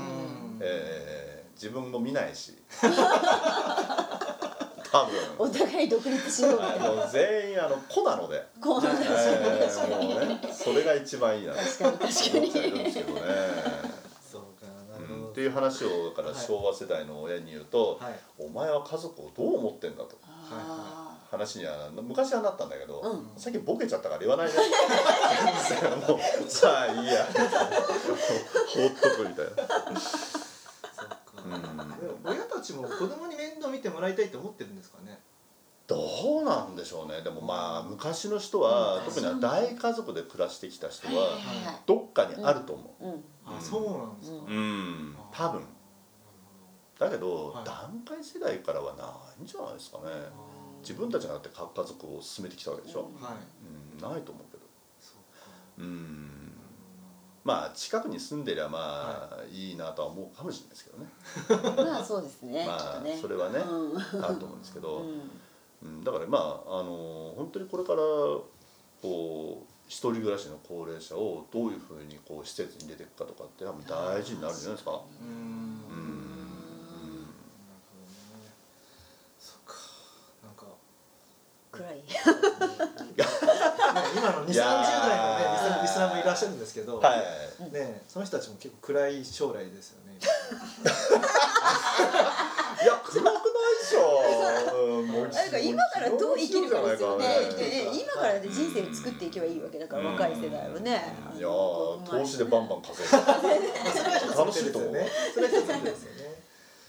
[SPEAKER 3] えー自分も見ないし多
[SPEAKER 2] お
[SPEAKER 3] 分
[SPEAKER 2] 互い独立しようみた
[SPEAKER 3] あ
[SPEAKER 2] いな
[SPEAKER 3] の全員あの子なので、
[SPEAKER 2] こうな
[SPEAKER 3] えーもうねそれが一番いいなと
[SPEAKER 2] 確かに確か
[SPEAKER 3] 思っ
[SPEAKER 2] に
[SPEAKER 3] ちゃいるんですけどね
[SPEAKER 1] そうかなる
[SPEAKER 3] うん
[SPEAKER 1] ほ
[SPEAKER 3] っ
[SPEAKER 1] ど、
[SPEAKER 3] ていう話をだから
[SPEAKER 1] はい
[SPEAKER 3] 昭和世代の親に言うと
[SPEAKER 1] はい
[SPEAKER 3] 「お前は家族をどう思ってんだ」と
[SPEAKER 2] あ
[SPEAKER 3] 話には昔はなったんだけど、
[SPEAKER 2] う
[SPEAKER 3] 最近ボケちゃったから言わないで もうさあいいや放っとくみたい
[SPEAKER 1] そうか、
[SPEAKER 3] な、うん、
[SPEAKER 1] でも親たちも子供に面倒見てもらいたいって思ってるんですかね
[SPEAKER 3] どうなんでしょうねでもまあ昔の人は
[SPEAKER 2] うん
[SPEAKER 3] 特には大家族で暮らしてきた人
[SPEAKER 2] ーはいは
[SPEAKER 3] はい
[SPEAKER 2] は
[SPEAKER 3] どっかにあると思
[SPEAKER 2] いうん
[SPEAKER 1] あ、
[SPEAKER 3] うん
[SPEAKER 1] そうなんですか、
[SPEAKER 3] う、うん、多分だけど、
[SPEAKER 1] はい
[SPEAKER 3] 段階世代からはないんじゃないですかね
[SPEAKER 1] あー
[SPEAKER 3] 自分たちがだって核家族を進めてきたわけでしょ、
[SPEAKER 1] はい
[SPEAKER 3] うん、ないと思うけど
[SPEAKER 1] そうか
[SPEAKER 3] うんまあ近くに住んでりゃまあいいなとは思うかもしれないですけどね、
[SPEAKER 2] まあそうですね。
[SPEAKER 3] まあ
[SPEAKER 2] ちょっとね
[SPEAKER 3] それはね
[SPEAKER 2] うんうん
[SPEAKER 3] あると思うんですけど、うん、だからまああの本当にこれからこう一人暮らしの高齢者をどういうふうにこう施設に出ていくかとかって多分大事になるんじゃないですか。
[SPEAKER 1] うーん
[SPEAKER 3] うんうん
[SPEAKER 1] なるほどねそっかなんか
[SPEAKER 2] 暗い。
[SPEAKER 1] ね今の2 3 0
[SPEAKER 3] いや
[SPEAKER 1] 代のねリスナ
[SPEAKER 3] ー
[SPEAKER 1] ーリスナーもいらっしゃるんですけど、
[SPEAKER 3] はい、
[SPEAKER 1] ね、その人たちも結構暗い将来ですよね。
[SPEAKER 3] いや暗くないでしょ。うんもう
[SPEAKER 2] なんか今からどう生きるかですよね。
[SPEAKER 3] 昨
[SPEAKER 2] で
[SPEAKER 3] 日の昨日じゃないかね
[SPEAKER 2] 今からで人生を作っていけばいいわけだから、
[SPEAKER 3] うん
[SPEAKER 2] 若い世代はね。あの
[SPEAKER 3] いやー投資でバンバン。稼いで楽しいと思うわ。
[SPEAKER 1] それは一つの手ですよね。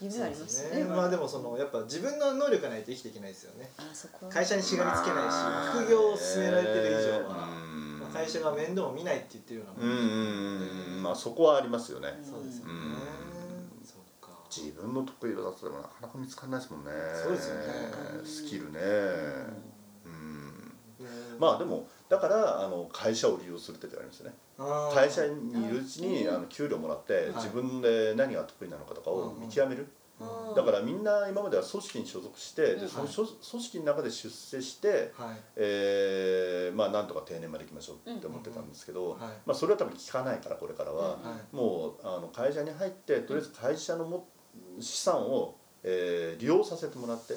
[SPEAKER 2] 夢ありま
[SPEAKER 1] そ
[SPEAKER 2] す
[SPEAKER 1] う
[SPEAKER 2] よ
[SPEAKER 1] です
[SPEAKER 2] ね。
[SPEAKER 1] まあでもそのやっぱ自分の能力がないと生きていけないですよね。
[SPEAKER 2] あそこは。
[SPEAKER 1] 会社にしがみつけないし、副業を勧められてる以上は、
[SPEAKER 3] うん
[SPEAKER 1] まあ会社が面倒を見ないって言ってるよう
[SPEAKER 3] う
[SPEAKER 1] なんもん。
[SPEAKER 3] うんうんまあそこはありますよね。
[SPEAKER 1] そうですよね
[SPEAKER 3] う。ん
[SPEAKER 1] そうか。
[SPEAKER 3] 自分の得意技ってでもなかなか見つからないですもんね。
[SPEAKER 1] そうですよね
[SPEAKER 3] スキルね。うん。
[SPEAKER 1] うん
[SPEAKER 3] まあでもだからあの会社を利用するって手がありますよね
[SPEAKER 1] あー
[SPEAKER 3] 会社にいるうちに
[SPEAKER 2] うん
[SPEAKER 3] あの給料もらって
[SPEAKER 1] い
[SPEAKER 3] 自分で何が得意なのかとかを見極める
[SPEAKER 2] うん
[SPEAKER 3] だからみんな今までは組織に所属して
[SPEAKER 2] う
[SPEAKER 3] で
[SPEAKER 2] ん
[SPEAKER 3] その所組織の中で出世して
[SPEAKER 1] はい。
[SPEAKER 3] えーまあなんとか定年まで行きましょうって思ってたんですけど
[SPEAKER 1] はい
[SPEAKER 3] まあそれは多分聞かないからこれからは
[SPEAKER 2] うん
[SPEAKER 1] はい。
[SPEAKER 3] もうあの会社に入ってとりあえず会社のも資産をえー利用させてもらって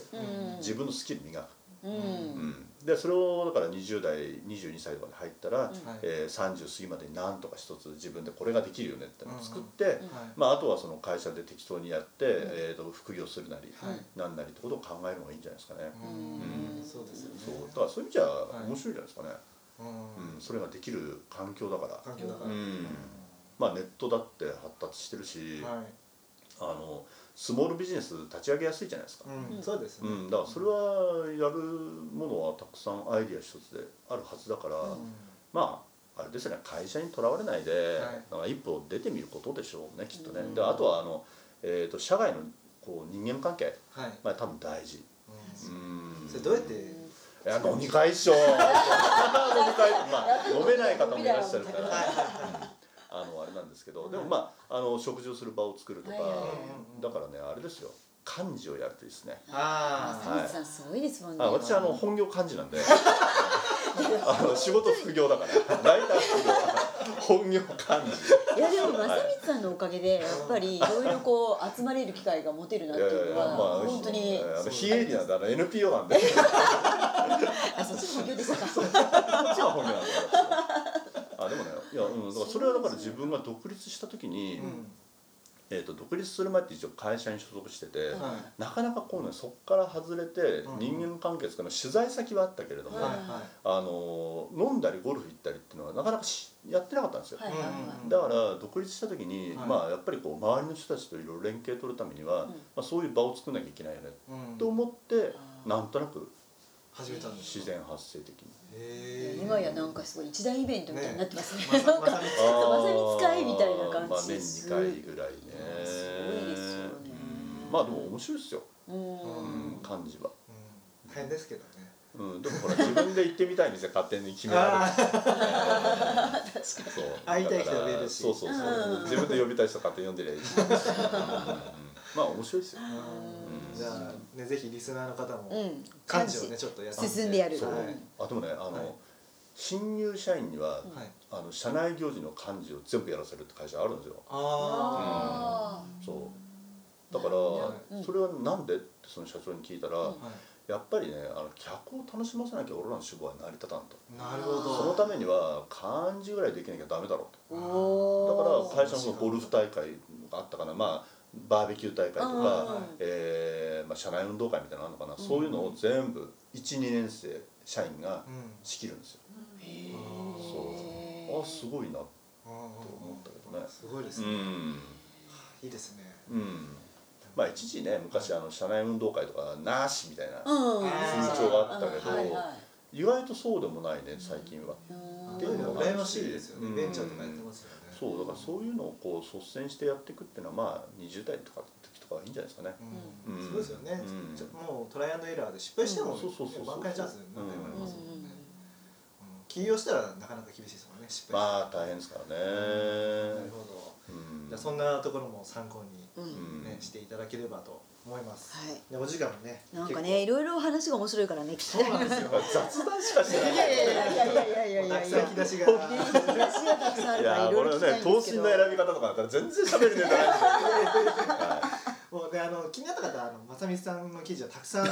[SPEAKER 2] うん
[SPEAKER 3] 自分のスキル磨く
[SPEAKER 2] うん
[SPEAKER 3] うんでそれをだから20代22歳とかで入ったら、
[SPEAKER 1] はい
[SPEAKER 3] えー30過ぎまでになんとか一つ自分でこれができるよねってのを作って、
[SPEAKER 2] うん
[SPEAKER 1] はい
[SPEAKER 3] まあ、あとはその会社で適当にやって、えー、と副業するなり、
[SPEAKER 1] はい
[SPEAKER 3] なんなりってことを考えるのがいいんじゃないですかね。
[SPEAKER 1] うん
[SPEAKER 2] うん
[SPEAKER 1] そうですよね。
[SPEAKER 3] そうだからそういう意味じゃ
[SPEAKER 1] い
[SPEAKER 3] 面白いじゃないですかね、
[SPEAKER 1] うん
[SPEAKER 3] うん、それができる環境だから、
[SPEAKER 1] 環境だか
[SPEAKER 3] う
[SPEAKER 1] ら。
[SPEAKER 3] んまあ、ネットだって発達してるし、
[SPEAKER 1] は
[SPEAKER 3] あのスモールビジネス立ち上げやすいじゃないですか、
[SPEAKER 1] うん、そうです
[SPEAKER 3] う
[SPEAKER 1] ね、
[SPEAKER 3] ん、だからそれはやるものはたくさんアイディア一つであるはずだから、
[SPEAKER 1] うん
[SPEAKER 3] まああれですよね会社にとらわれないで、
[SPEAKER 1] はい
[SPEAKER 3] なんか一歩出てみることでしょうねきっとね、
[SPEAKER 1] うん
[SPEAKER 3] であとはあの、えー、と社外のこう人間関係、
[SPEAKER 1] はい、
[SPEAKER 3] まあ、多分大事
[SPEAKER 1] う
[SPEAKER 3] うん
[SPEAKER 1] ん、それどうやって、
[SPEAKER 3] いや飲み会っしょ飲み会まあ飲めない方もいらっしゃるから、あのあれなんですけどでもまああの食事をする場を作るとか、
[SPEAKER 4] はいはいはい
[SPEAKER 3] だからねあれですよ漢字をやるといいですね
[SPEAKER 1] あ
[SPEAKER 4] サミさんすごいですもんね。
[SPEAKER 3] あ私あの本業漢字 なんであの仕事副業だからライター副業本業漢字
[SPEAKER 4] いやでも正光さんのおかげでやっぱりいろいろこう集まれる機会が持てるなっていうのは本当に
[SPEAKER 3] えーあの非営利なんであの NPO なんでこ
[SPEAKER 4] あそっちの本業でしたか。
[SPEAKER 3] っちが本業なんで私はあでもねいや、うん、だからそれはだから自分が独立した時に、
[SPEAKER 1] ーうん
[SPEAKER 3] えー、と独立する前って一応会社に所属してて、
[SPEAKER 1] は
[SPEAKER 3] なかなかこうねそこから外れて
[SPEAKER 1] うん
[SPEAKER 3] 人間関係ですから取材先はあったけれど
[SPEAKER 1] いは
[SPEAKER 3] も、
[SPEAKER 1] い
[SPEAKER 4] は
[SPEAKER 1] は
[SPEAKER 3] あの飲んだりゴルフ行ったりっていうのはなかなかしやってなかったんですよ、
[SPEAKER 4] はいはいはい。
[SPEAKER 3] だから独立した時に、
[SPEAKER 1] はい
[SPEAKER 3] まあやっぱりこう周りの人たちといろいろ連携取るためには、
[SPEAKER 4] うん
[SPEAKER 3] まあ、そういう場を作んなきゃいけないよね、
[SPEAKER 1] い、うん、
[SPEAKER 3] と思って
[SPEAKER 4] あー
[SPEAKER 3] なんとなく
[SPEAKER 1] 始めたんです
[SPEAKER 3] 自然発生的に
[SPEAKER 1] へー
[SPEAKER 4] 今やなんかすごい一大イベントみたいになってますね。
[SPEAKER 1] まさ
[SPEAKER 4] なん
[SPEAKER 1] ま
[SPEAKER 4] か
[SPEAKER 1] さ み
[SPEAKER 4] あーまさに使いみたいな感じ
[SPEAKER 3] まあ、年2回ぐらいね
[SPEAKER 4] すごいですよね
[SPEAKER 3] うんまあでも面白いですよ、
[SPEAKER 4] うん
[SPEAKER 3] うん、感じ
[SPEAKER 1] う
[SPEAKER 3] は。
[SPEAKER 1] ん大変ですけどね
[SPEAKER 3] うん、でもほら自分で行ってみたい店勝手に決められる
[SPEAKER 4] 確か
[SPEAKER 3] そう
[SPEAKER 1] 会いたい人呼べるし
[SPEAKER 3] そうそうそう、
[SPEAKER 4] うん
[SPEAKER 3] 自分で呼びたい人勝手に呼んでりゃいいし、 うんまあ面白いですよ、
[SPEAKER 1] うんじゃあねぜひリスナーの方
[SPEAKER 4] に。う
[SPEAKER 1] も
[SPEAKER 4] ん。
[SPEAKER 1] 漢字をねちょっとやってみて
[SPEAKER 4] 進んでやる
[SPEAKER 3] そう
[SPEAKER 1] はい
[SPEAKER 3] あでもねあの、
[SPEAKER 1] はい
[SPEAKER 3] 新入社員には、
[SPEAKER 1] はい
[SPEAKER 3] あの社内行事の幹事を全部やらせるって会社あるんですよ
[SPEAKER 1] あ
[SPEAKER 4] あ
[SPEAKER 3] そうだから、
[SPEAKER 4] うん
[SPEAKER 3] それはなんでってその社長に聞いたら、
[SPEAKER 4] うん
[SPEAKER 1] ーは
[SPEAKER 3] やっぱりねあの客を楽しませなきゃ俺らの志望は成り立たんと
[SPEAKER 1] いなるほど
[SPEAKER 3] そのためには漢字ぐらいできなきゃダメだろうと
[SPEAKER 4] あ。おお。
[SPEAKER 3] だから会社のゴルフ大会があったかな、まあ、バーベキュー大会とか、えーまあ、社内運動会みたいなのあるのかな、そういうのを全部12年生社員が
[SPEAKER 1] うん
[SPEAKER 3] 仕切るんですよ、
[SPEAKER 4] へ
[SPEAKER 3] そうあすごいなと
[SPEAKER 1] うん
[SPEAKER 3] 思ったけどね
[SPEAKER 1] すごいです
[SPEAKER 3] う
[SPEAKER 1] ね
[SPEAKER 3] ん、
[SPEAKER 1] いいですね
[SPEAKER 3] うん、まあ一時ね昔あの社内運動会とかなしみたいな、
[SPEAKER 4] うん。
[SPEAKER 1] 風
[SPEAKER 3] 潮があったけど
[SPEAKER 4] うんはいはい
[SPEAKER 3] 意外とそうでもないね最近は、
[SPEAKER 4] うん
[SPEAKER 3] っていうのも
[SPEAKER 1] 羨ましいですよ
[SPEAKER 3] う
[SPEAKER 1] ね
[SPEAKER 3] ん
[SPEAKER 1] ベンチャーとかやってますよね
[SPEAKER 3] そうだからそういうのをこう率先してやっていくっていうのはまあ20代とかの時とかはいいんじゃないですかね
[SPEAKER 1] うん
[SPEAKER 3] うん
[SPEAKER 1] そうですよね
[SPEAKER 3] うん
[SPEAKER 1] ちょもうトライアンドエラーで失敗しても
[SPEAKER 3] うんそうそうそうそう
[SPEAKER 1] 挽回チャンスになってもらい
[SPEAKER 4] うん
[SPEAKER 1] ますもんねうん起業したらなかなか厳しいですもんね失敗
[SPEAKER 3] まあ大変ですからね、
[SPEAKER 1] なるほど
[SPEAKER 3] うん
[SPEAKER 1] じゃあそんなところも参考に
[SPEAKER 4] うんうん
[SPEAKER 1] ねしていただければと思います
[SPEAKER 4] はい。
[SPEAKER 1] でお時間もね
[SPEAKER 4] なんかね、いろいろ話が面白いからね、聞き
[SPEAKER 1] 結構
[SPEAKER 4] たい
[SPEAKER 1] そうなんですよ
[SPEAKER 3] 雑談しかしてない
[SPEAKER 4] いやいやいやいやいやい
[SPEAKER 1] た
[SPEAKER 4] やい
[SPEAKER 1] くさん
[SPEAKER 4] や
[SPEAKER 1] 引き。出しが
[SPEAKER 4] 話がたくさんあ
[SPEAKER 3] い
[SPEAKER 4] るから
[SPEAKER 3] や
[SPEAKER 4] い
[SPEAKER 3] こ
[SPEAKER 4] ろいろ聞き
[SPEAKER 3] れは
[SPEAKER 4] たい
[SPEAKER 3] ね
[SPEAKER 4] ん
[SPEAKER 3] 等
[SPEAKER 4] ですけ
[SPEAKER 3] 身
[SPEAKER 4] ど。
[SPEAKER 3] の選び方とかだったら全然喋るネタ ないんだ
[SPEAKER 1] もうねあの気になった方はあのまさみさんの記事はたく さん
[SPEAKER 4] は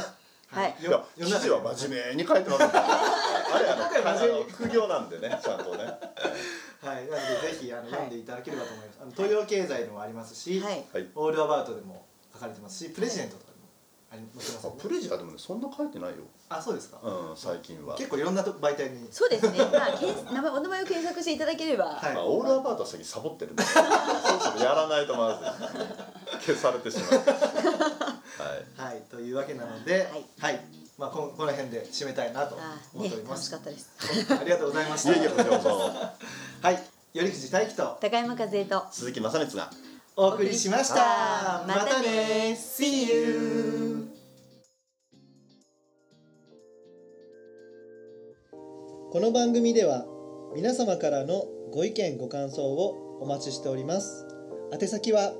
[SPEAKER 4] い
[SPEAKER 3] けどいや記事は真面目に書いてますもんねあれあの
[SPEAKER 1] 真面目
[SPEAKER 3] あの副業なんでねちゃんとね
[SPEAKER 1] はい、なのでぜひあの、読んでいただければと思います。あの東洋経済でもありますし、
[SPEAKER 4] はい。
[SPEAKER 3] はい
[SPEAKER 1] オールアバウトでも書かれてますし、プレジデントとかでもあり載ってます
[SPEAKER 3] あ
[SPEAKER 1] よね
[SPEAKER 3] プレジャーでもねそんな書いてないよ、
[SPEAKER 1] あ、そうですか。
[SPEAKER 3] うん、最近は、
[SPEAKER 1] 結構いろんなと媒体に。
[SPEAKER 4] そうですね。まあ、けん名前お名前を検索していただければ。
[SPEAKER 1] はい
[SPEAKER 3] まあ、オールアバウトは先サボってるんでそろそろやらないとまずい消されてしまうは
[SPEAKER 1] は
[SPEAKER 3] い
[SPEAKER 1] い、というわけなので、
[SPEAKER 4] はい
[SPEAKER 1] はい、まあここの辺で締めたいなと
[SPEAKER 4] あー
[SPEAKER 1] 思ってお
[SPEAKER 4] ね
[SPEAKER 1] り、ま
[SPEAKER 4] 楽
[SPEAKER 1] す。
[SPEAKER 4] しかったです。
[SPEAKER 1] ありがとうございまし
[SPEAKER 3] い
[SPEAKER 1] た。
[SPEAKER 3] やいやこちらこ そ
[SPEAKER 1] はい、頼藤大樹と
[SPEAKER 4] 高山和恵と。
[SPEAKER 3] 鈴木正光が
[SPEAKER 1] お送りしました。
[SPEAKER 4] あー
[SPEAKER 1] ま
[SPEAKER 4] ま
[SPEAKER 1] た
[SPEAKER 4] たね
[SPEAKER 1] ね See you。この番組では皆様からのご意見ご感想をお待ちしております宛先は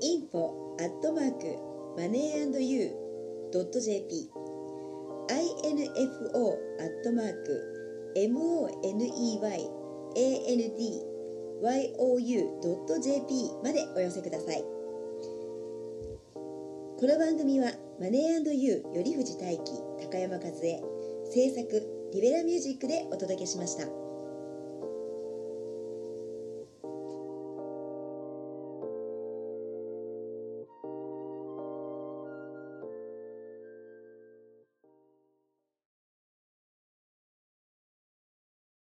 [SPEAKER 5] info アットマークマネー and you ドット jp info アットマーク money and you ドット jp までお寄せくださいこの番組はマネー and you より藤大輝高山和恵制作リベラミュージックでお届けしました。